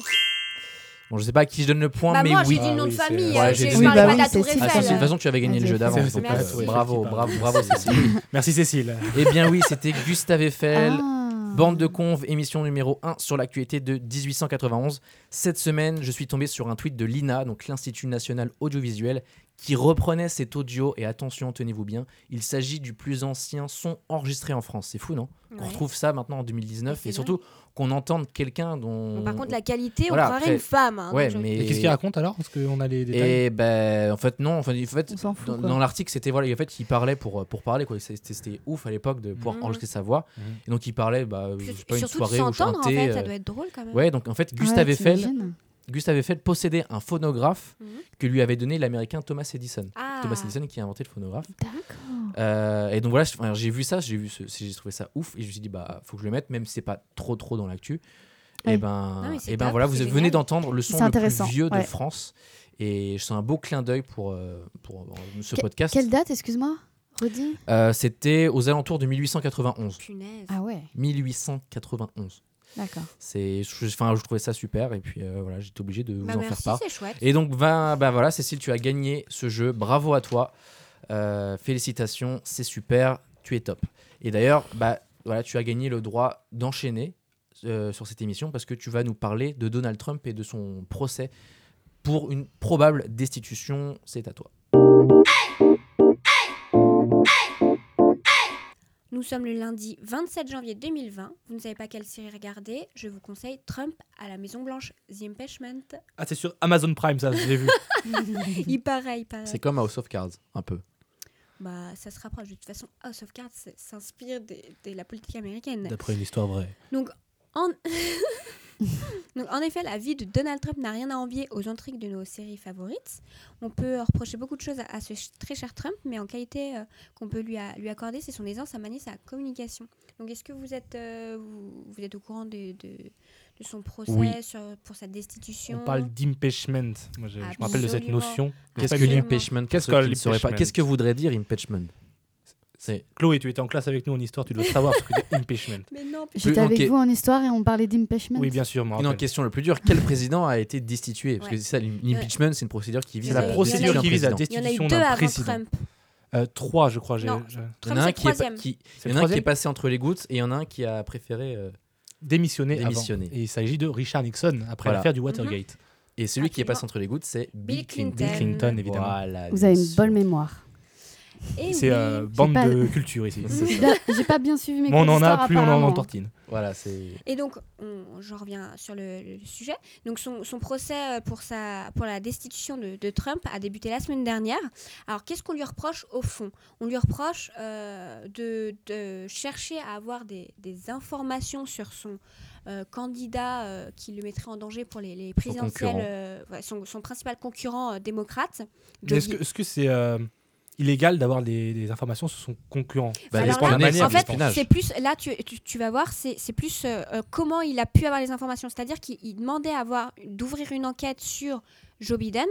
Speaker 1: Bon, je sais pas à qui je donne le point,
Speaker 3: bah
Speaker 1: mais
Speaker 3: moi
Speaker 1: oui.
Speaker 3: j'ai dit le nom
Speaker 2: Ah
Speaker 3: de
Speaker 2: oui, c'est-
Speaker 3: famille.
Speaker 1: Ouais,
Speaker 3: euh,
Speaker 1: j'ai
Speaker 3: je
Speaker 1: dit-
Speaker 3: je
Speaker 1: Oui,
Speaker 3: parlais
Speaker 4: bah
Speaker 3: de la
Speaker 4: oui,
Speaker 3: Tour
Speaker 4: c'est- c'est-
Speaker 1: Ah, ça,
Speaker 3: Eiffel.
Speaker 1: c'est- de toute façon, tu avais gagné le jeu d'avant.
Speaker 2: Merci.
Speaker 1: donc, euh,
Speaker 3: Merci.
Speaker 1: Bravo, bravo, bravo, Cécile.
Speaker 2: Merci Cécile.
Speaker 1: Eh bien oui, c'était Gustave Eiffel.
Speaker 4: Ah.
Speaker 1: Bande de conves, émission numéro 1 sur l'actualité de 1891. Cette semaine, je suis tombé sur un tweet de l'INA, donc l'Institut National Audiovisuel, qui reprenait cet audio. Et attention, tenez-vous bien, il s'agit du plus ancien son enregistré en France. C'est fou, non Qu'on
Speaker 3: Ouais.
Speaker 1: retrouve ça maintenant en 2019
Speaker 3: C'est
Speaker 1: et surtout qu'on entende quelqu'un dont.
Speaker 3: Bon, par contre, la qualité,
Speaker 1: Voilà,
Speaker 3: on croirait
Speaker 1: après-
Speaker 3: une femme. hein,
Speaker 1: Ouais,
Speaker 3: donc je-
Speaker 1: mais.
Speaker 2: Et qu'est-ce qu'il raconte alors Parce qu'on a les détails.
Speaker 1: Et ben, en fait, non. Enfin, en fait,
Speaker 4: On s'en fout,
Speaker 1: dans,
Speaker 4: quoi.
Speaker 1: dans l'article, c'était voilà, en fait, il parlait pour, euh, pour parler, quoi. C'était c'était ouf à l'époque de pouvoir
Speaker 3: Mhm.
Speaker 1: enregistrer sa voix.
Speaker 2: Mhm.
Speaker 1: Et donc, il parlait, bah, je
Speaker 3: Puis-
Speaker 1: sais pas, une
Speaker 3: surtout de
Speaker 1: soirée où
Speaker 3: s'entendre, en
Speaker 1: chanter.
Speaker 3: fait, ça
Speaker 1: euh,
Speaker 3: doit être drôle quand même.
Speaker 1: Ouais, donc en fait, Gustave
Speaker 4: Ouais,
Speaker 1: Eiffel,
Speaker 4: t'imagines
Speaker 1: Gustave Eiffel possédait un phonographe
Speaker 3: Mhm.
Speaker 1: que lui avait donné l'américain Thomas Edison.
Speaker 3: Ah.
Speaker 1: Thomas Edison qui a inventé le phonographe.
Speaker 4: D'accord.
Speaker 1: Euh, et donc voilà, je- enfin, j'ai vu ça, j'ai vu, ce- j'ai trouvé ça ouf, et je me suis dit bah faut que je le mette, même si c'est pas trop trop dans l'actu.
Speaker 4: Ouais.
Speaker 1: Et ben,
Speaker 3: Non, mais c'est
Speaker 1: et ben
Speaker 3: top,
Speaker 1: voilà,
Speaker 3: c'est
Speaker 1: vous venez
Speaker 3: génial.
Speaker 1: d'entendre le son
Speaker 4: C'est
Speaker 1: le plus
Speaker 4: intéressant,
Speaker 1: vieux de
Speaker 4: ouais.
Speaker 1: France, et je sens un beau clin d'œil pour euh, pour euh, ce
Speaker 4: Que-
Speaker 1: podcast.
Speaker 4: Quelle date, excuse-moi Redis
Speaker 1: Euh, C'était aux alentours de 1891.
Speaker 3: Punaise.
Speaker 4: Ah ouais,
Speaker 1: 1891.
Speaker 4: d'accord.
Speaker 1: C'est, je- enfin, je trouvais ça super, et puis euh, voilà, j'étais obligé de vous
Speaker 3: Bah,
Speaker 1: en
Speaker 3: merci,
Speaker 1: faire part.
Speaker 3: c'est chouette.
Speaker 1: Et donc, ben, ben voilà, Cécile, tu as gagné ce jeu. Bravo à toi. Euh, félicitations, c'est super. Tu es top. Et d'ailleurs, bah, voilà, tu as gagné le droit d'enchaîner euh, sur cette émission parce que tu vas nous parler de Donald Trump et de son procès pour une probable destitution. C'est à toi.
Speaker 3: Nous sommes le lundi 27 janvier 2020. Vous ne savez pas quelle série regarder Je vous conseille Trump à la Maison Blanche, The Impeachment.
Speaker 2: Ah, c'est sur Amazon Prime, ça, j'ai vu.
Speaker 3: il paraît, il paraît.
Speaker 1: C'est comme House of Cards, un peu.
Speaker 3: Bah, ça se rapproche. De toute façon, House of Cards c'est- s'inspire de, de la politique américaine.
Speaker 2: D'après une histoire vraie.
Speaker 3: En... Donc, en effet, la vie de Donald Trump n'a rien à envier aux intrigues de nos séries favorites. On peut reprocher beaucoup de choses à, à ce ch- très cher Trump, mais en qualité euh, qu'on peut lui, a- lui accorder, c'est son aisance à manier sa communication. Donc, est-ce que vous êtes, euh, vous, vous êtes au courant de, de, de son procès
Speaker 2: Oui.
Speaker 3: sur- pour sa destitution
Speaker 2: On parle d'impeachment. Moi, je, je me rappelle de cette
Speaker 3: Absolument.
Speaker 2: notion.
Speaker 1: Qu'est-ce que
Speaker 3: Absolument.
Speaker 1: l'impeachment Qu'est-ce
Speaker 2: Qu'est-ce
Speaker 1: que
Speaker 2: que
Speaker 1: ne saurait pas
Speaker 2: l'impeachment
Speaker 1: Qu'est-ce que voudrait dire impeachment C'est
Speaker 2: Chloé, tu étais en classe avec nous en histoire, tu dois savoir ce que c'est impeachment.
Speaker 3: Mais non, puis-
Speaker 4: J'étais avec
Speaker 1: ok.
Speaker 4: vous en histoire et on parlait d'impeachment.
Speaker 2: Oui, bien sûr, moi.
Speaker 1: une question le plus dur. Quel président a été destitué Parce que
Speaker 3: Ouais.
Speaker 1: c'est ça, l'im- l'impeachment, c'est une procédure qui vise
Speaker 2: C'est
Speaker 3: Il y
Speaker 1: à
Speaker 2: la
Speaker 3: en a-
Speaker 1: destituer
Speaker 2: procédure
Speaker 1: un
Speaker 2: qui vise la
Speaker 1: président.
Speaker 3: il y en a eu
Speaker 2: destitution
Speaker 3: deux
Speaker 2: d'un
Speaker 3: avant
Speaker 2: président.
Speaker 3: Trump.
Speaker 2: Euh, trois, je crois. j'ai-
Speaker 3: Non.
Speaker 2: j'ai-
Speaker 1: Il y en
Speaker 3: Trump,
Speaker 1: a un
Speaker 3: c'est
Speaker 1: qui est,
Speaker 3: troisième.
Speaker 1: pa- qui-
Speaker 2: C'est
Speaker 1: il y
Speaker 2: le
Speaker 1: en a un qui est
Speaker 2: troisième
Speaker 1: passé entre les gouttes et il y en a un qui a préféré. euh,
Speaker 2: Démissionné. avant.
Speaker 1: Démissionné.
Speaker 2: Et il s'agit de Richard Nixon après
Speaker 1: Voilà.
Speaker 2: l'affaire du Watergate.
Speaker 1: Et celui qui est passé
Speaker 3: Absolument.
Speaker 1: entre les gouttes, c'est Bill
Speaker 3: Bill
Speaker 1: Clinton.
Speaker 3: Clinton.
Speaker 2: Bill Clinton, évidemment.
Speaker 1: Voilà,
Speaker 4: Vous avez une
Speaker 1: bien
Speaker 4: bonne
Speaker 1: sûr.
Speaker 4: mémoire.
Speaker 3: Et
Speaker 2: C'est
Speaker 3: Eh oui.
Speaker 2: euh, bande
Speaker 4: pas- Mhm.
Speaker 2: de culture ici.
Speaker 1: C'est ça.
Speaker 4: Là, J'ai pas bien suivi mes
Speaker 2: Moins on
Speaker 4: cours
Speaker 2: en a,
Speaker 4: d'histoire,
Speaker 2: plus on en
Speaker 4: apparemment.
Speaker 2: entortine.
Speaker 1: Voilà, c'est.
Speaker 3: Et donc, on, je reviens sur le, le sujet. Donc, son, son procès euh, pour, sa, pour la destitution de, de Trump a débuté la semaine dernière. Alors, qu'est-ce qu'on lui reproche au fond On lui reproche euh, de, de chercher à avoir des, des informations sur son euh, candidat euh, qui le mettrait en danger pour les, les présidentielles,
Speaker 1: concurrent.
Speaker 3: euh, ouais, son, son principal concurrent euh, démocrate.
Speaker 2: Mais Est-ce
Speaker 3: Joe
Speaker 2: que est-ce que c'est euh, illégal d'avoir des, des informations sur son concurrent
Speaker 1: Bah,
Speaker 3: Alors
Speaker 1: l'espionnage,
Speaker 3: là,
Speaker 1: c'est
Speaker 3: en
Speaker 1: de
Speaker 3: fait,
Speaker 1: l'espionnage.
Speaker 3: c'est plus là tu, tu, tu vas voir, c'est c'est plus euh, euh, comment il a pu avoir les informations, c'est-à-dire qu'il il demandait à avoir d'ouvrir une enquête sur Joe Biden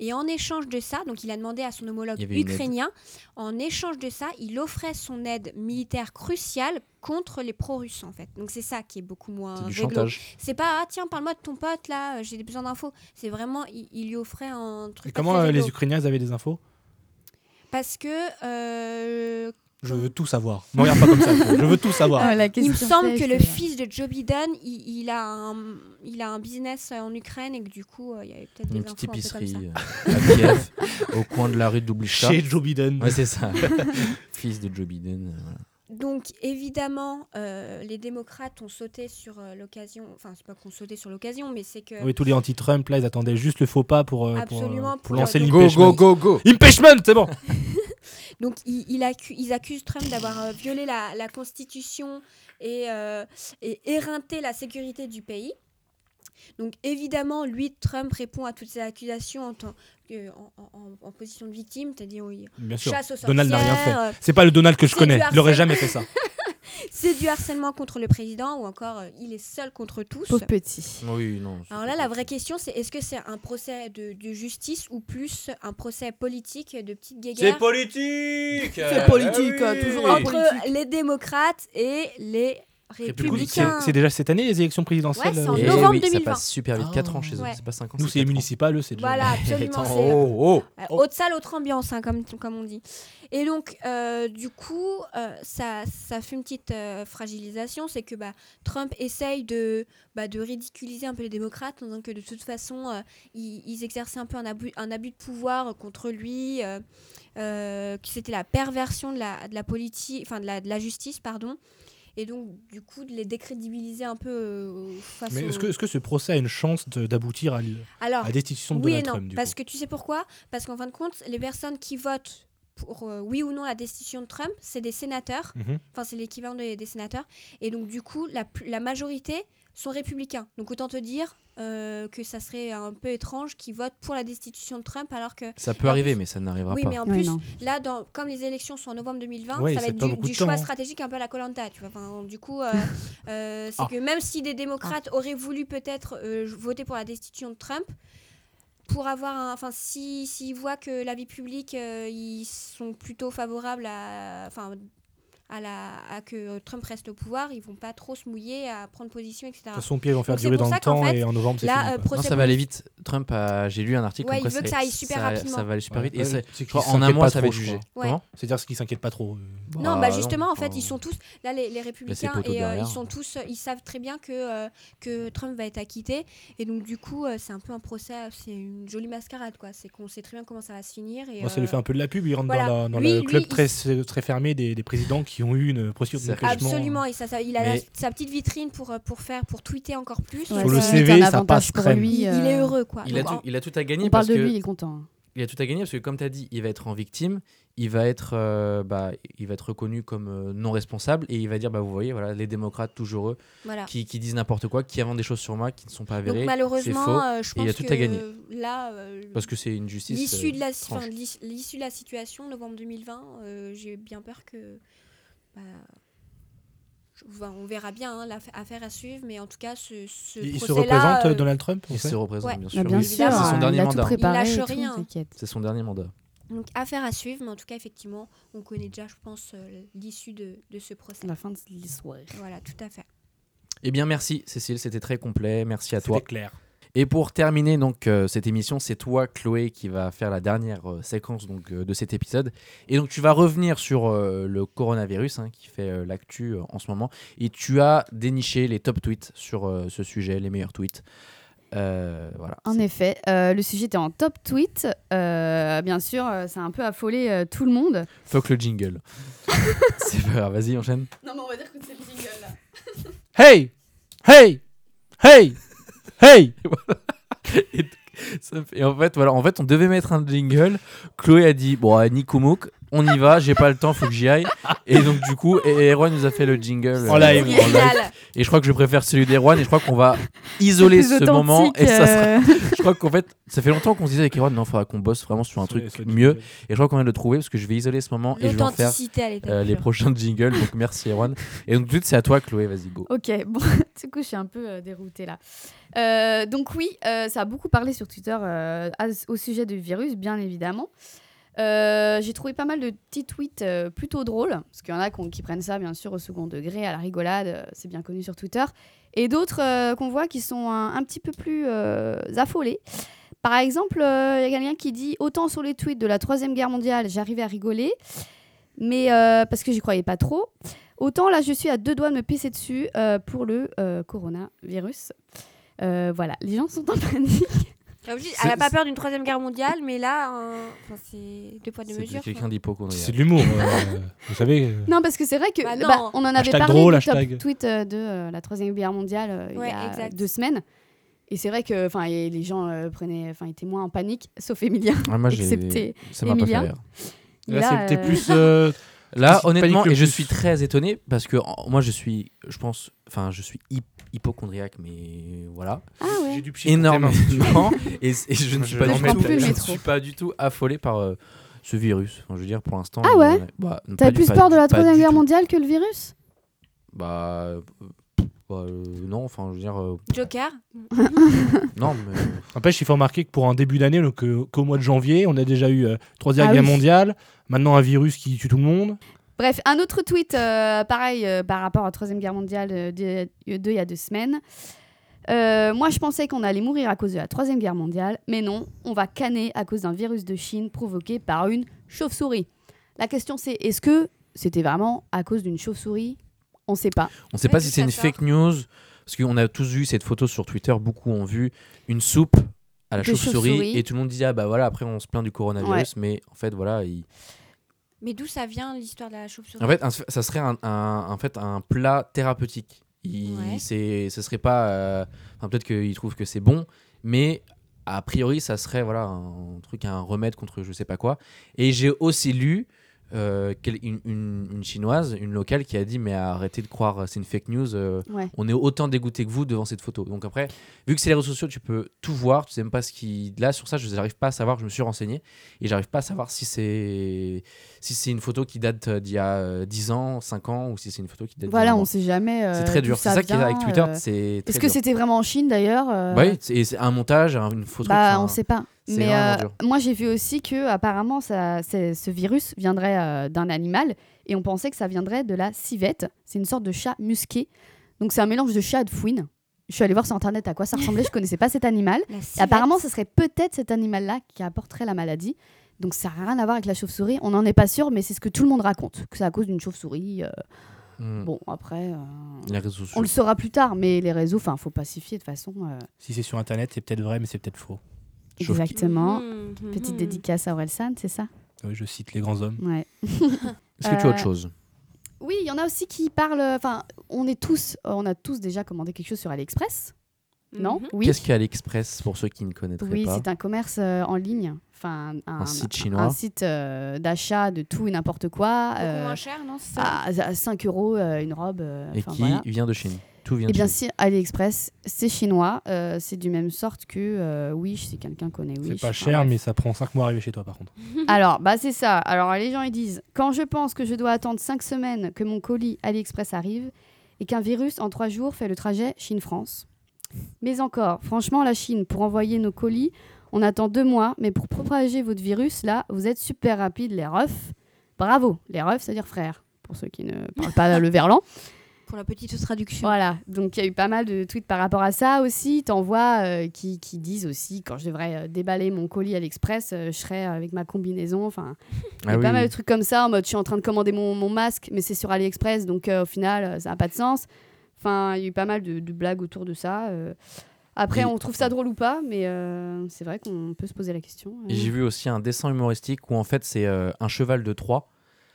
Speaker 3: et en échange de ça, donc il a demandé à son homologue
Speaker 1: Il y avait une aide.
Speaker 3: ukrainien, en échange de ça, il offrait son aide militaire cruciale contre les pro-russes en fait. Donc c'est ça qui est beaucoup moins
Speaker 1: C'est du
Speaker 3: réglo.
Speaker 1: chantage.
Speaker 3: C'est pas ah tiens parle-moi de ton pote là, euh, j'ai besoin d'infos. C'est vraiment il, il lui offrait un truc.
Speaker 2: Et
Speaker 3: pas
Speaker 2: comment
Speaker 3: très
Speaker 2: euh, les
Speaker 3: réglo.
Speaker 2: Ukrainiens ils avaient des infos
Speaker 3: Parce que euh,
Speaker 2: Je veux tout savoir. Ne regarde pas comme ça. Flo. Je veux tout savoir.
Speaker 4: Ah, la
Speaker 3: Il
Speaker 4: question
Speaker 3: me semble
Speaker 4: piège,
Speaker 3: que le
Speaker 4: celle-là.
Speaker 3: fils de Joe Biden, il, il a un, il a un business euh, en Ukraine et que du coup, euh, il y avait peut-être des
Speaker 1: Une
Speaker 3: infos
Speaker 1: petite
Speaker 3: un peu comme ça.
Speaker 1: épicerie euh, à Kiev, au coin de la rue Doublichka.
Speaker 2: Chez Joe Biden.
Speaker 1: Ouais, c'est ça. Fils de Joe Biden. euh, voilà.
Speaker 3: Donc, évidemment, euh, les démocrates ont sauté sur euh, l'occasion. Enfin, c'est pas qu'on sauté sur l'occasion, mais c'est que.
Speaker 2: Oui, tous les anti-Trump, là, ils attendaient juste le faux pas pour, euh, pour, euh,
Speaker 3: Absolument,
Speaker 2: pour
Speaker 3: pour,
Speaker 2: lancer
Speaker 3: euh,
Speaker 1: Go,
Speaker 2: l'impeachment.
Speaker 1: go, go, go
Speaker 2: Impeachment, c'est bon
Speaker 3: Donc, il, il accu- ils accusent Trump d'avoir euh, violé la, la Constitution et, euh, et éreinté la sécurité du pays. Donc, évidemment, lui, Trump répond à toutes ces accusations en, tant que- en- en- en position de victime, c'est-à-dire oui,
Speaker 2: Bien sûr.
Speaker 3: chasse aux sorcières.
Speaker 2: Donald n'a rien fait.
Speaker 3: euh,
Speaker 2: C'est pas le Donald que je
Speaker 3: C'est
Speaker 2: connais.
Speaker 3: du
Speaker 2: Il aurait
Speaker 3: harcèlement.
Speaker 2: jamais fait ça.
Speaker 3: C'est du harcèlement contre le président ou encore euh, il est seul contre tous.
Speaker 4: Pauvre petit.
Speaker 1: Oui, non. c'est
Speaker 3: Alors là, la vraie question, c'est est-ce que c'est un procès de, de justice ou plus un procès politique de petite guéguerre
Speaker 2: politique
Speaker 3: hein,
Speaker 4: C'est politique, toujours la
Speaker 3: entre les démocrates et les républicain.
Speaker 2: C'est déjà cette année les élections
Speaker 3: Ouais,
Speaker 2: présidentielles
Speaker 3: c'est en
Speaker 2: euh,
Speaker 1: Et
Speaker 3: novembre
Speaker 1: oui, ça
Speaker 3: 2020.
Speaker 1: passe super vite, 4 ans chez eux,
Speaker 3: Ouais.
Speaker 1: c'est pas 5 ans.
Speaker 2: Oh. Nous, c'est les
Speaker 1: quatre ans.
Speaker 2: municipales, eux, c'est déjà.
Speaker 3: Voilà, absolument.
Speaker 1: Attends,
Speaker 3: c'est-
Speaker 1: oh,
Speaker 3: Euh,
Speaker 1: Oh.
Speaker 3: Haute salle, autre ambiance, hein, comme, comme on dit. Et donc, euh, du coup, euh, ça, ça fait une petite euh, fragilisation. C'est que bah, Trump essaye de, bah, de ridiculiser un peu les démocrates en disant que de toute façon, euh, ils, ils exerçaient un peu un abus, un abus de pouvoir contre lui, euh, euh, que c'était la perversion de la, de la, politique, enfin, de la, de la justice. pardon. Et donc, du coup, de les décrédibiliser un peu euh, face
Speaker 2: Mais
Speaker 3: aux-
Speaker 2: est-ce que, est-ce que ce procès a une chance de- d'aboutir à, l-
Speaker 3: Alors,
Speaker 2: à destitution de
Speaker 3: Ah. oui et
Speaker 2: Donald
Speaker 3: non,
Speaker 2: Trump du
Speaker 3: parce
Speaker 2: coup.
Speaker 3: que tu sais pourquoi Parce qu'en fin de compte, les personnes qui votent pour euh, oui ou non la destitution de Trump, c'est des sénateurs,
Speaker 2: Mhm.
Speaker 3: enfin c'est l'équivalent des, des sénateurs, et donc du coup la, pl- la majorité sont républicains. Donc autant te dire euh, que ça serait un peu étrange qu'ils votent pour la destitution de Trump alors que...
Speaker 1: Ça peut arriver, mais ça n'arrivera
Speaker 3: oui,
Speaker 1: pas.
Speaker 3: mais en
Speaker 4: Ouais,
Speaker 3: plus,
Speaker 4: non.
Speaker 3: là, dans, comme les élections sont en novembre 2020,
Speaker 2: Ouais,
Speaker 3: ça va
Speaker 2: c'est
Speaker 3: être
Speaker 2: pas
Speaker 3: du,
Speaker 2: beaucoup
Speaker 3: du
Speaker 2: de
Speaker 3: choix
Speaker 2: temps, hein.
Speaker 3: stratégique un peu à la Colanta, tu vois. Enfin, du coup, euh, euh, c'est
Speaker 2: Ah.
Speaker 3: que même si des démocrates auraient voulu peut-être euh, voter pour la destitution de Trump, pour avoir un, enfin, si s'ils voient que la vie publique, euh, ils sont plutôt favorables à, enfin, à la, à que Trump reste au pouvoir, ils vont pas trop se mouiller à prendre position, etc.
Speaker 2: De toute façon, au pire, ils vont faire
Speaker 3: Donc, c'est
Speaker 2: durer
Speaker 3: pour
Speaker 2: dans
Speaker 3: ça
Speaker 2: le
Speaker 3: qu'en
Speaker 2: temps
Speaker 3: fait,
Speaker 2: et en novembre, c'est
Speaker 3: là,
Speaker 2: fini.
Speaker 3: euh,
Speaker 2: quoi.
Speaker 3: pro-
Speaker 1: Non,
Speaker 3: procès
Speaker 1: ça va aller
Speaker 3: pour-
Speaker 1: vite. Trump, a... j'ai lu un article
Speaker 3: Ouais,
Speaker 1: comme
Speaker 3: il
Speaker 1: quoi
Speaker 3: veut que ça aille super rapidement.
Speaker 1: Ça va aller super
Speaker 2: Ouais,
Speaker 1: vite. Et
Speaker 2: ouais,
Speaker 1: c'est-
Speaker 2: c'est
Speaker 1: je crois,
Speaker 2: qu'ils
Speaker 1: en un
Speaker 2: s'inquiètent
Speaker 1: mois,
Speaker 2: pas
Speaker 1: ça va être
Speaker 2: trop, je
Speaker 1: jugé.
Speaker 3: crois. Ouais.
Speaker 1: Comment
Speaker 2: C'est-à-dire ce qu'ils s'inquiètent pas trop. euh.
Speaker 3: Non,
Speaker 1: Ah,
Speaker 3: bah justement,
Speaker 1: non,
Speaker 3: en fait,
Speaker 1: enfin,
Speaker 3: ils sont tous là, les, les républicains,
Speaker 1: poteaux
Speaker 3: et euh,
Speaker 1: derrière.
Speaker 3: ils sont tous, ils savent très bien que euh, que Trump va être acquitté, et donc du coup, euh, c'est un peu un procès, c'est une jolie mascarade, quoi. C'est qu'on sait très bien comment ça va se finir. Et,
Speaker 2: Bon, ça lui
Speaker 3: euh,
Speaker 2: fait un peu de la pub, il rentre
Speaker 3: voilà.
Speaker 2: dans, la- dans
Speaker 3: Lui-
Speaker 2: le
Speaker 3: lui,
Speaker 2: club
Speaker 3: il-
Speaker 2: très, très fermé des, des présidents qui ont eu une procédure
Speaker 1: C'est-
Speaker 2: d'empêchement.
Speaker 3: Absolument, et ça, ça- il a
Speaker 1: Mais-
Speaker 3: la- sa petite vitrine pour euh, pour faire, pour tweeter encore plus. Euh,
Speaker 4: Ouais,
Speaker 2: Sur le
Speaker 4: ça,
Speaker 2: CV,
Speaker 4: c'est un
Speaker 2: ça
Speaker 4: avantage
Speaker 2: passe
Speaker 4: pour
Speaker 2: crème.
Speaker 4: lui.
Speaker 3: Il, il
Speaker 4: euh,
Speaker 3: est heureux, quoi.
Speaker 1: Il a,
Speaker 3: Donc,
Speaker 1: tout,
Speaker 3: en-
Speaker 1: il a tout à
Speaker 4: On
Speaker 1: gagner parce
Speaker 4: parle de
Speaker 1: que
Speaker 4: lui, il est content.
Speaker 1: il a tout à gagner parce que comme tu as dit, il va être en victime, il va être euh, bah, il va être reconnu comme euh, non responsable et il va dire bah vous voyez voilà les démocrates toujours eux
Speaker 3: voilà.
Speaker 1: qui, qui disent n'importe quoi, qui inventent des choses sur moi qui ne sont pas
Speaker 3: Ah. Donc
Speaker 1: avérées
Speaker 3: malheureusement,
Speaker 1: faux,
Speaker 3: euh, je
Speaker 1: et il
Speaker 3: pense
Speaker 1: a tout
Speaker 3: que
Speaker 1: à gagner.
Speaker 3: euh, là, euh,
Speaker 1: parce que c'est une justice
Speaker 3: l'issue de la,
Speaker 1: euh,
Speaker 3: enfin,
Speaker 1: franche.
Speaker 3: l'issue l'issue de la situation, novembre 2020, euh, j'ai bien peur que. bah, je- enfin, on verra bien hein, l'affaire affaire à suivre, mais en tout cas, ce, ce
Speaker 2: Il, il se
Speaker 3: procès-là,
Speaker 2: représente,
Speaker 3: euh,
Speaker 2: Donald Trump en
Speaker 1: Il
Speaker 2: fait
Speaker 1: se représente
Speaker 3: Ouais.
Speaker 1: bien sûr.
Speaker 4: Bah, bien
Speaker 1: oui.
Speaker 4: sûr,
Speaker 3: hein, il a
Speaker 1: C'est son
Speaker 4: il
Speaker 1: dernier
Speaker 4: a tout
Speaker 1: mandat.
Speaker 4: préparé.
Speaker 3: lâche
Speaker 4: et tout,
Speaker 3: rien.
Speaker 4: t'inquiète.
Speaker 1: C'est son dernier mandat.
Speaker 3: Donc affaire à suivre, mais en tout cas, effectivement, on connaît déjà, je pense, euh, l'issue de, de ce procès.
Speaker 4: La fin de l'histoire.
Speaker 3: Voilà, tout à fait.
Speaker 1: Eh bien merci Cécile, c'était très complet. Merci à toi.
Speaker 2: C'était clair.
Speaker 1: Et pour terminer donc euh, cette émission, c'est toi Chloé qui va faire la dernière euh, séquence donc euh, de cet épisode. Et donc tu vas revenir sur euh, le coronavirus hein, qui fait euh, l'actu euh, en ce moment. Et tu as déniché les top tweets sur euh, ce sujet, les meilleurs tweets. Euh, voilà.
Speaker 4: En effet, euh, le sujet était en top tweet. Euh, bien sûr, euh, ça a un peu affolé euh, tout le monde.
Speaker 1: Fuck le jingle. c'est pas grave. Vas-y enchaîne.
Speaker 4: Non, mais on va dire que c'est le jingle là.
Speaker 2: Hey Hey Hey Hey
Speaker 1: Ça me fait- Et en fait voilà, en fait on devait mettre un jingle. Chloé a dit bon euh, Nikumouk, on y va. J'ai pas le temps, faut que j'y aille. Et donc du coup, e- Erwan nous a fait le jingle euh,
Speaker 2: En live.
Speaker 1: en live. Et je crois que je préfère celui d'Erwan et je crois qu'on va isoler ce moment. Et ça
Speaker 4: euh.
Speaker 1: sera- je crois qu'en fait, ça fait longtemps qu'on se disait avec Erwan, non, faudra qu'on bosse vraiment sur un truc mieux. Et je crois qu'on vient de le trouver parce que je vais isoler ce moment et je vais en faire
Speaker 3: L'authenticité à l'état
Speaker 1: euh, les
Speaker 3: pur.
Speaker 1: prochains jingles. Donc merci Erwan. Et donc tout de suite, c'est à toi Chloé, vas-y go.
Speaker 4: Ok, bon, du coup, je suis un peu euh, déroutée là. Euh, donc, oui, euh, ça a beaucoup parlé sur Twitter euh, à- au sujet du virus, bien évidemment. Euh, J'ai trouvé pas mal de petits tweets euh, plutôt drôles, parce qu'il y en a qu'on- qui prennent ça, bien sûr, au second degré, à la rigolade, euh, c'est bien connu sur Twitter. Et d'autres euh, qu'on voit qui sont un, un petit peu plus euh, affolés. Par exemple, euh, il y a quelqu'un qui dit Autant sur les tweets de la Troisième Guerre mondiale, j'arrivais à rigoler, mais euh, parce que j'y croyais pas trop. Autant là, je suis à deux doigts de me pisser dessus euh, pour le euh, coronavirus. Euh, voilà, les gens sont en panique.
Speaker 3: Enfin, je dis,
Speaker 1: C'est-
Speaker 3: Elle n'a pas peur d'une troisième guerre mondiale, mais là, un- enfin, c'est deux poids deux
Speaker 1: C'est
Speaker 3: mesures.
Speaker 1: quelqu'un
Speaker 2: C'est
Speaker 1: d'hypochondriaque.
Speaker 2: de l'humour, euh, vous savez. euh.
Speaker 4: Non, parce que c'est vrai que
Speaker 3: Bah non.
Speaker 4: bah, on en avait
Speaker 2: Hashtag
Speaker 4: parlé
Speaker 2: drôle,
Speaker 4: du
Speaker 2: hashtag.
Speaker 4: top tweet euh, de euh, la troisième guerre mondiale euh, il
Speaker 3: Ouais,
Speaker 4: y a
Speaker 3: exact.
Speaker 4: deux semaines. Et c'est vrai que, enfin, et les gens euh, prenaient, enfin, étaient moins en panique, sauf Emilia,
Speaker 1: Ah, moi, j'ai-
Speaker 4: excepté.
Speaker 1: ça m'a pas fait
Speaker 4: Emilien.
Speaker 1: rire.
Speaker 2: Là,
Speaker 4: Là,
Speaker 2: c'était
Speaker 4: euh,
Speaker 2: plus. euh,
Speaker 1: Là,
Speaker 2: Qu'est-ce qui te
Speaker 1: honnêtement,
Speaker 2: panique le
Speaker 1: et je
Speaker 2: plus
Speaker 1: suis très étonné parce que en- moi, je suis, je pense, enfin, je suis hy- hypochondriaque, mais voilà.
Speaker 4: Ah ouais.
Speaker 2: du pchit dans tes mains, si tu veux.
Speaker 1: énormément et, et je ne
Speaker 2: Moi,
Speaker 1: suis
Speaker 2: je
Speaker 1: pas
Speaker 2: le
Speaker 1: du
Speaker 4: prends
Speaker 1: tout
Speaker 4: plus le
Speaker 1: je ne
Speaker 4: métro.
Speaker 1: suis pas du tout affolé par euh, ce virus Enfin, je veux dire pour l'instant
Speaker 4: Ah
Speaker 1: il y
Speaker 4: ouais
Speaker 1: en a- bah, non, pas
Speaker 4: T'avais
Speaker 1: du-
Speaker 4: plus
Speaker 1: pas
Speaker 4: peur
Speaker 1: du-
Speaker 4: de la
Speaker 1: pas
Speaker 4: troisième
Speaker 1: du
Speaker 4: guerre
Speaker 1: tout.
Speaker 4: mondiale que le virus
Speaker 1: bah euh, bah, euh, non enfin je veux dire euh,
Speaker 3: Joker,
Speaker 1: non mais euh,
Speaker 2: N'empêche, il faut remarquer que pour un début d'année, donc, euh, qu'au mois de janvier, on a déjà eu euh, Troisième
Speaker 4: Ah
Speaker 2: Guerre
Speaker 4: oui.
Speaker 2: mondiale, maintenant un virus qui tue tout le monde.
Speaker 4: Bref, un autre tweet, euh, pareil, euh, par rapport à la Troisième Guerre mondiale euh, de- de il y a deux semaines. Euh, moi, je pensais qu'on allait mourir à cause de la Troisième Guerre mondiale, mais non, on va canner à cause d'un virus de Chine provoqué par une chauve-souris. La question, c'est est-ce que c'était vraiment à cause d'une chauve-souris On ne sait pas.
Speaker 1: On ne sait
Speaker 3: Ouais,
Speaker 1: pas si
Speaker 3: tout
Speaker 1: c'est
Speaker 3: à
Speaker 1: une
Speaker 3: fait.
Speaker 1: fake news, parce qu'on a tous vu cette photo sur Twitter, beaucoup ont vu une soupe à la
Speaker 4: De
Speaker 1: chauve-souris,
Speaker 4: chauve-souris.
Speaker 1: et tout le monde dit ah bah voilà après on se plaint du coronavirus, mais en fait voilà il-
Speaker 3: Mais d'où ça vient l'histoire de la chauve-souris
Speaker 1: en fait un- ça serait un, un- en fait un plat thérapeutique. Il,
Speaker 3: Ouais.
Speaker 1: c'est- ce serait pas euh, enfin, peut-être qu'ils trouvent que c'est bon, mais a priori ça serait voilà un truc un remède contre je sais pas quoi. Et j'ai aussi lu euh, quel- une, une- une chinoise, une locale qui a dit mais arrêtez de croire c'est une fake news. euh,
Speaker 4: Ouais.
Speaker 1: on est autant dégoûté que vous devant cette photo. Donc après, vu que c'est les réseaux sociaux, tu peux tout voir, tu sais même pas ce qui là sur ça, je n'arrive pas à savoir, je me suis renseigné et j'arrive pas à savoir si c'est si c'est une photo qui date euh, d'il y a euh, 10 ans, 5 ans ou si c'est une photo qui date d'il y a
Speaker 4: Voilà,
Speaker 1: un
Speaker 4: on ne
Speaker 1: an.
Speaker 4: sait jamais. euh,
Speaker 1: C'est très
Speaker 4: d'où
Speaker 1: dur. C'est ça qui est
Speaker 4: vient,
Speaker 1: avec Twitter,
Speaker 4: euh,
Speaker 1: c'est très
Speaker 4: Est-ce que
Speaker 1: dur.
Speaker 4: c'était vraiment en Chine d'ailleurs euh,
Speaker 1: Bah oui, c'est- et c'est un montage, un- une photo
Speaker 4: Bah,
Speaker 1: enfin,
Speaker 4: on sait pas.
Speaker 1: hein. c'est
Speaker 4: Mais
Speaker 1: vraiment
Speaker 4: euh,
Speaker 1: dur.
Speaker 4: moi, j'ai vu aussi que apparemment, ça, c'est- ce virus viendrait euh, d'un animal et on pensait que ça viendrait de la civette. C'est une sorte de chat musqué. Donc, c'est un mélange de chat et de fouine. Je suis allée voir sur internet à quoi ça ressemblait. je connaissais pas cet animal.
Speaker 3: La
Speaker 4: Et
Speaker 3: civette.
Speaker 4: apparemment, ce serait peut-être cet animal-là qui apporterait la maladie. Donc, ça n'a rien à voir avec la chauve-souris. On n'en est pas sûr, mais c'est ce que tout le monde raconte, que c'est à cause d'une chauve-souris. euh,
Speaker 1: Hmm,
Speaker 4: Bon, après, euh,
Speaker 1: les réseaux sociaux.
Speaker 4: on le saura plus tard. Mais les réseaux, enfin, faut pas s'y fier de toute façon. euh,
Speaker 2: Si c'est sur internet, c'est peut-être vrai, mais c'est peut-être faux.
Speaker 1: Chauve-
Speaker 4: exactement.
Speaker 3: Mhm, mhm.
Speaker 4: Petite dédicace à Orelsan, c'est ça
Speaker 2: Oui, je cite les grands hommes.
Speaker 4: Ouais.
Speaker 1: Est-ce que tu as autre
Speaker 4: euh,
Speaker 1: chose
Speaker 4: Oui, il y en a aussi qui parlent. euh, Enfin, on est tous, euh, on a tous déjà commandé quelque chose sur AliExpress, non
Speaker 3: Mhm.
Speaker 4: Oui.
Speaker 1: Qu'est-ce qu'est AliExpress pour ceux qui ne connaîtraient
Speaker 4: Oui,
Speaker 1: pas
Speaker 4: c'est un commerce euh, en ligne, enfin un,
Speaker 1: Un site
Speaker 4: un
Speaker 1: chinois.
Speaker 4: site, euh, d'achat de tout et n'importe quoi.
Speaker 3: Beaucoup
Speaker 4: euh,
Speaker 3: moins cher, non c'est ça
Speaker 4: à, à 5 euros euh, une robe. euh,
Speaker 1: Et
Speaker 4: enfin,
Speaker 1: qui
Speaker 4: voilà.
Speaker 1: vient de Chine. Tout vient
Speaker 4: Eh
Speaker 1: de
Speaker 4: bien,
Speaker 1: Chine.
Speaker 4: si AliExpress, c'est chinois, euh, c'est du même sorte que euh, Wish, si quelqu'un connaît Wish.
Speaker 2: C'est pas
Speaker 4: enfin,
Speaker 2: cher,
Speaker 4: bref.
Speaker 2: mais ça prend 5 mois à arriver chez toi, par contre.
Speaker 4: Alors, bah c'est ça. Alors, les gens, ils disent Quand je pense que je dois attendre 5 semaines que mon colis AliExpress arrive et qu'un virus en 3 jours fait le trajet Chine-France. Mais encore, franchement, la Chine, pour envoyer nos colis, on attend 2 mois, mais pour propager votre virus, là, vous êtes super rapide, les refs. Bravo Les refs, c'est-à-dire frères, pour ceux qui ne parlent pas le verlan.
Speaker 3: Pour la petite traduction.
Speaker 4: Voilà, donc il y a eu pas mal de tweets par rapport à ça aussi. T'en vois euh, qui, qui disent aussi quand je devrais euh, déballer mon colis à l'express, euh, je serais avec ma combinaison. Enfin, il y a
Speaker 1: Ah oui,
Speaker 4: pas mal
Speaker 1: oui.
Speaker 4: de trucs comme ça en mode je suis en train de commander mon, mon masque, mais c'est sur AliExpress, donc euh, au final euh, ça n'a pas de sens. Enfin, il y a eu pas mal de, de blagues autour de ça. euh. Après,
Speaker 1: Et-
Speaker 4: on trouve ça drôle ou pas, mais euh, c'est vrai qu'on peut se poser la question. euh.
Speaker 1: Et J'ai vu aussi un dessin humoristique où en fait c'est euh, un cheval de Troie,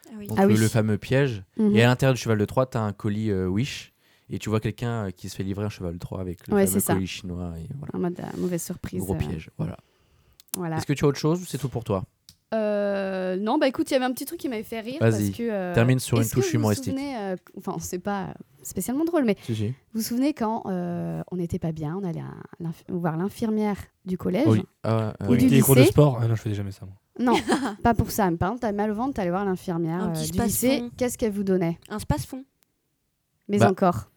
Speaker 3: Ah oui.
Speaker 1: donc
Speaker 4: Ah
Speaker 1: le,
Speaker 4: oui.
Speaker 1: le fameux piège.
Speaker 4: Mhm.
Speaker 1: Et à l'intérieur du cheval de Troie, tu as un colis euh, Wish. Et tu vois quelqu'un euh, qui se fait livrer un cheval de Troie avec le
Speaker 4: Ouais,
Speaker 1: fameux
Speaker 4: c'est ça.
Speaker 1: colis chinois. Et voilà.
Speaker 4: En mode euh, mauvaise surprise.
Speaker 1: Gros
Speaker 4: euh,
Speaker 1: piège. Voilà.
Speaker 4: Voilà.
Speaker 1: Est-ce que tu as autre chose ou c'est tout pour toi
Speaker 4: Euh, non, bah écoute, il y avait un petit truc qui m'avait fait rire.
Speaker 1: Vas-y,
Speaker 4: parce que, euh,
Speaker 1: termine sur une
Speaker 4: est-ce que
Speaker 1: touche
Speaker 4: vous vous
Speaker 1: humoristique.
Speaker 4: souvenez, euh, qu- enfin, c'est pas spécialement drôle, mais vous vous souvenez quand euh, on n'était pas bien, on allait à l'inf- voir l'infirmière du collège
Speaker 1: Oh, oui. Ah, euh,
Speaker 4: Ou
Speaker 1: oui.
Speaker 4: du-
Speaker 2: les cours de
Speaker 4: lycée
Speaker 2: sport Ah non, je faisais jamais ça. moi.
Speaker 4: Non, pas pour ça. Mais par exemple, t'as mal au ventre, t'allais voir l'infirmière
Speaker 3: Un
Speaker 4: euh,
Speaker 3: petit
Speaker 4: du lycée.
Speaker 3: space-fond.
Speaker 4: Qu'est-ce qu'elle vous donnait
Speaker 3: Un space-fond.
Speaker 4: Mais
Speaker 1: Bah,
Speaker 4: encore.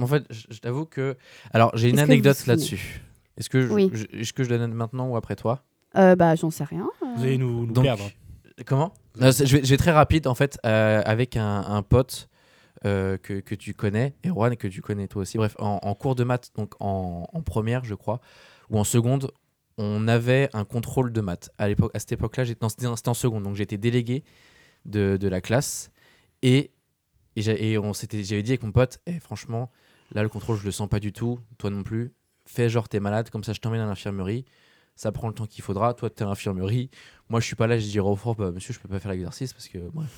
Speaker 1: En fait, je, je t'avoue que. Alors, j'ai une
Speaker 4: Est-ce que vous
Speaker 1: anecdote
Speaker 4: vous souvenez
Speaker 1: là-dessus. Est-ce que, je,
Speaker 4: Oui.
Speaker 1: je- est-ce que je la donne maintenant ou après toi
Speaker 4: Euh, bah, j'en sais rien. euh.
Speaker 2: Vous allez nous, nous
Speaker 1: Donc,
Speaker 2: perdre.
Speaker 1: Comment Non, c'est- je, vais, je vais très rapide en fait euh, avec un, un pote euh, que, que tu connais, Erwan, que tu connais toi aussi. Bref, en, en cours de maths, donc en, en première je crois, ou en seconde, on avait un contrôle de maths. À, l'époque, à cette époque-là, j'étais, non, c'était en- c'était en seconde, donc j'étais délégué de, de la classe et, et, j'ai- et on s'était, j'avais dit avec mon pote, Eh, franchement, là le contrôle je le sens pas du tout, toi non plus, fais genre t'es malade, comme ça je t'emmène à l'infirmerie, ça prend le temps qu'il faudra, toi t'es à l'infirmerie moi je suis pas là, je dis au prof, Bah, monsieur, je peux pas faire l'exercice parce que bref.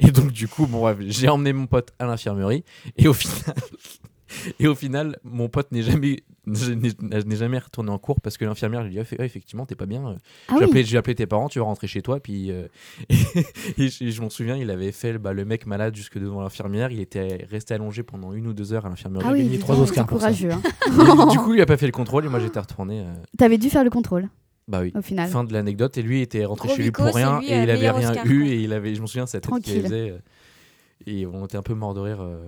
Speaker 1: Et donc du coup, bon bref, j'ai emmené mon pote à l'infirmerie et au final, et au final, mon pote n'est jamais, n'est n'est jamais retourné en cours parce que l'infirmière lui dit, Ah, effectivement, t'es pas bien,
Speaker 4: Ah
Speaker 1: j'ai
Speaker 4: oui.
Speaker 1: appelé, j'ai appelé tes parents, tu vas rentrer chez toi. Puis, euh, et je, je m'en souviens, il avait fait bah, le mec malade jusque devant l'infirmière. Il était resté allongé pendant une ou deux heures à l'infirmerie.
Speaker 4: Ah oui,
Speaker 2: gagné
Speaker 4: dis
Speaker 2: trois
Speaker 4: donc,
Speaker 2: Oscars
Speaker 4: t'es
Speaker 2: pour ça.
Speaker 4: courageux. hein.
Speaker 1: Et du coup, il a pas fait le contrôle et moi j'étais retourné. euh,
Speaker 4: T'avais dû faire le contrôle
Speaker 1: bah oui.
Speaker 4: au final.
Speaker 1: Fin de l'anecdote. Et lui était rentré
Speaker 3: Gros
Speaker 1: chez lui
Speaker 3: Vico,
Speaker 1: pour rien
Speaker 3: c'est lui,
Speaker 1: et
Speaker 3: euh,
Speaker 1: il avait
Speaker 3: meilleur
Speaker 1: rien
Speaker 3: Oscar,
Speaker 1: eu
Speaker 3: quoi.
Speaker 1: et il avait. Je me souviens sa tête qu'il
Speaker 4: Tranquille.
Speaker 1: faisait. euh, et on était un peu mort de rire. euh,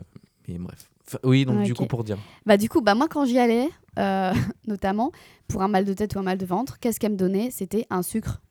Speaker 1: mais bref. Enfin, oui, donc
Speaker 4: Ouais,
Speaker 1: du
Speaker 4: ok.
Speaker 1: coup pour dire.
Speaker 4: Bah du coup, bah moi quand j'y allais, euh, notamment pour un mal de tête ou un mal de ventre, qu'est-ce qu'elle me donnait C'était un sucre.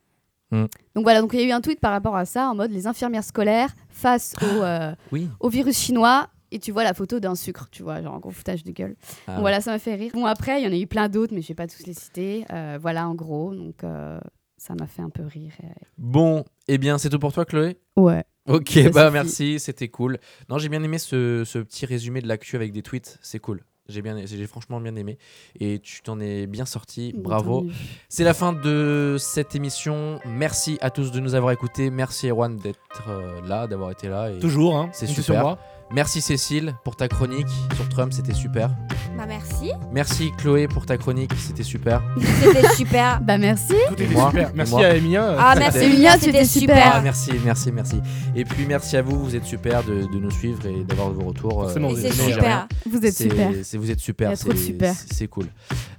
Speaker 2: Hum.
Speaker 1: Mm.
Speaker 4: Donc voilà, donc il y a eu un tweet par rapport à ça, en mode les infirmières scolaires face au, euh,
Speaker 1: Oui.
Speaker 4: au virus chinois. Et tu vois la photo d'un sucre, tu vois, genre un gros foutage de gueule.
Speaker 1: Ah.
Speaker 4: Donc Voilà, ça m'a fait rire. Bon, après, il y en a eu plein d'autres, mais je vais pas tous les citer. Euh, voilà, en gros, donc euh, ça m'a fait un peu rire. euh.
Speaker 1: Bon, eh bien, c'est tout pour toi, Chloé
Speaker 4: Ouais.
Speaker 1: Ok,
Speaker 4: Ça
Speaker 1: bah
Speaker 4: suffit.
Speaker 1: merci, c'était cool. Non, j'ai bien aimé ce, ce petit résumé de l'actu avec des tweets, c'est cool. J'ai bien, j'ai franchement bien aimé et tu t'en es bien sorti, bravo.
Speaker 4: Tant mieux.
Speaker 1: C'est la fin de cette émission. Merci à tous de nous avoir écoutés. Merci Erwan d'être euh, là, d'avoir été là. Et
Speaker 2: Toujours, hein.
Speaker 1: C'est
Speaker 2: comptez sur
Speaker 1: super.
Speaker 2: moi.
Speaker 1: Merci Cécile pour ta chronique sur Trump, c'était super.
Speaker 3: Bah merci,
Speaker 1: Merci Chloé pour ta chronique, c'était super.
Speaker 3: c'était super.
Speaker 4: Bah merci.
Speaker 2: Tout
Speaker 1: Et
Speaker 2: était
Speaker 1: moi,
Speaker 2: super.
Speaker 1: et
Speaker 2: Merci
Speaker 1: moi.
Speaker 2: à Emilien. euh,
Speaker 3: Ah
Speaker 1: C'était-
Speaker 3: merci,
Speaker 1: C'était-
Speaker 3: Mia, c'était
Speaker 4: C'était super.
Speaker 1: Ah,
Speaker 3: super.
Speaker 1: merci, merci, merci. Et puis merci à vous, vous êtes super de, de nous suivre et d'avoir vos retours. euh,
Speaker 2: Forcément,
Speaker 3: Et
Speaker 2: vous
Speaker 3: c'est
Speaker 2: êtes
Speaker 1: jamais.
Speaker 3: super.
Speaker 4: Vous êtes
Speaker 1: C'est-
Speaker 4: super.
Speaker 1: c'est- vous êtes
Speaker 4: Il y
Speaker 1: super.
Speaker 4: a trop de
Speaker 1: c'est-
Speaker 4: super.
Speaker 1: C'est c'est cool.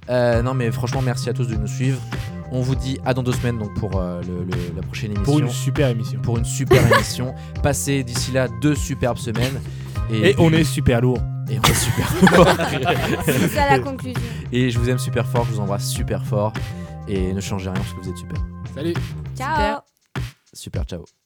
Speaker 1: Euh, non, mais franchement, merci à tous de nous suivre. On vous dit à dans deux semaines donc pour euh, le- le- la prochaine émission.
Speaker 2: Pour une super émission.
Speaker 1: Pour une super émission. Passez d'ici là deux superbes semaines.
Speaker 2: Et on est super lourd.
Speaker 1: et on est super fort.
Speaker 3: C'est ça la conclusion.
Speaker 1: Et je vous aime super fort, je vous embrasse super fort. Et ne changez rien parce que vous êtes super.
Speaker 2: Salut.
Speaker 3: Ciao.
Speaker 4: Super.
Speaker 1: Super, ciao.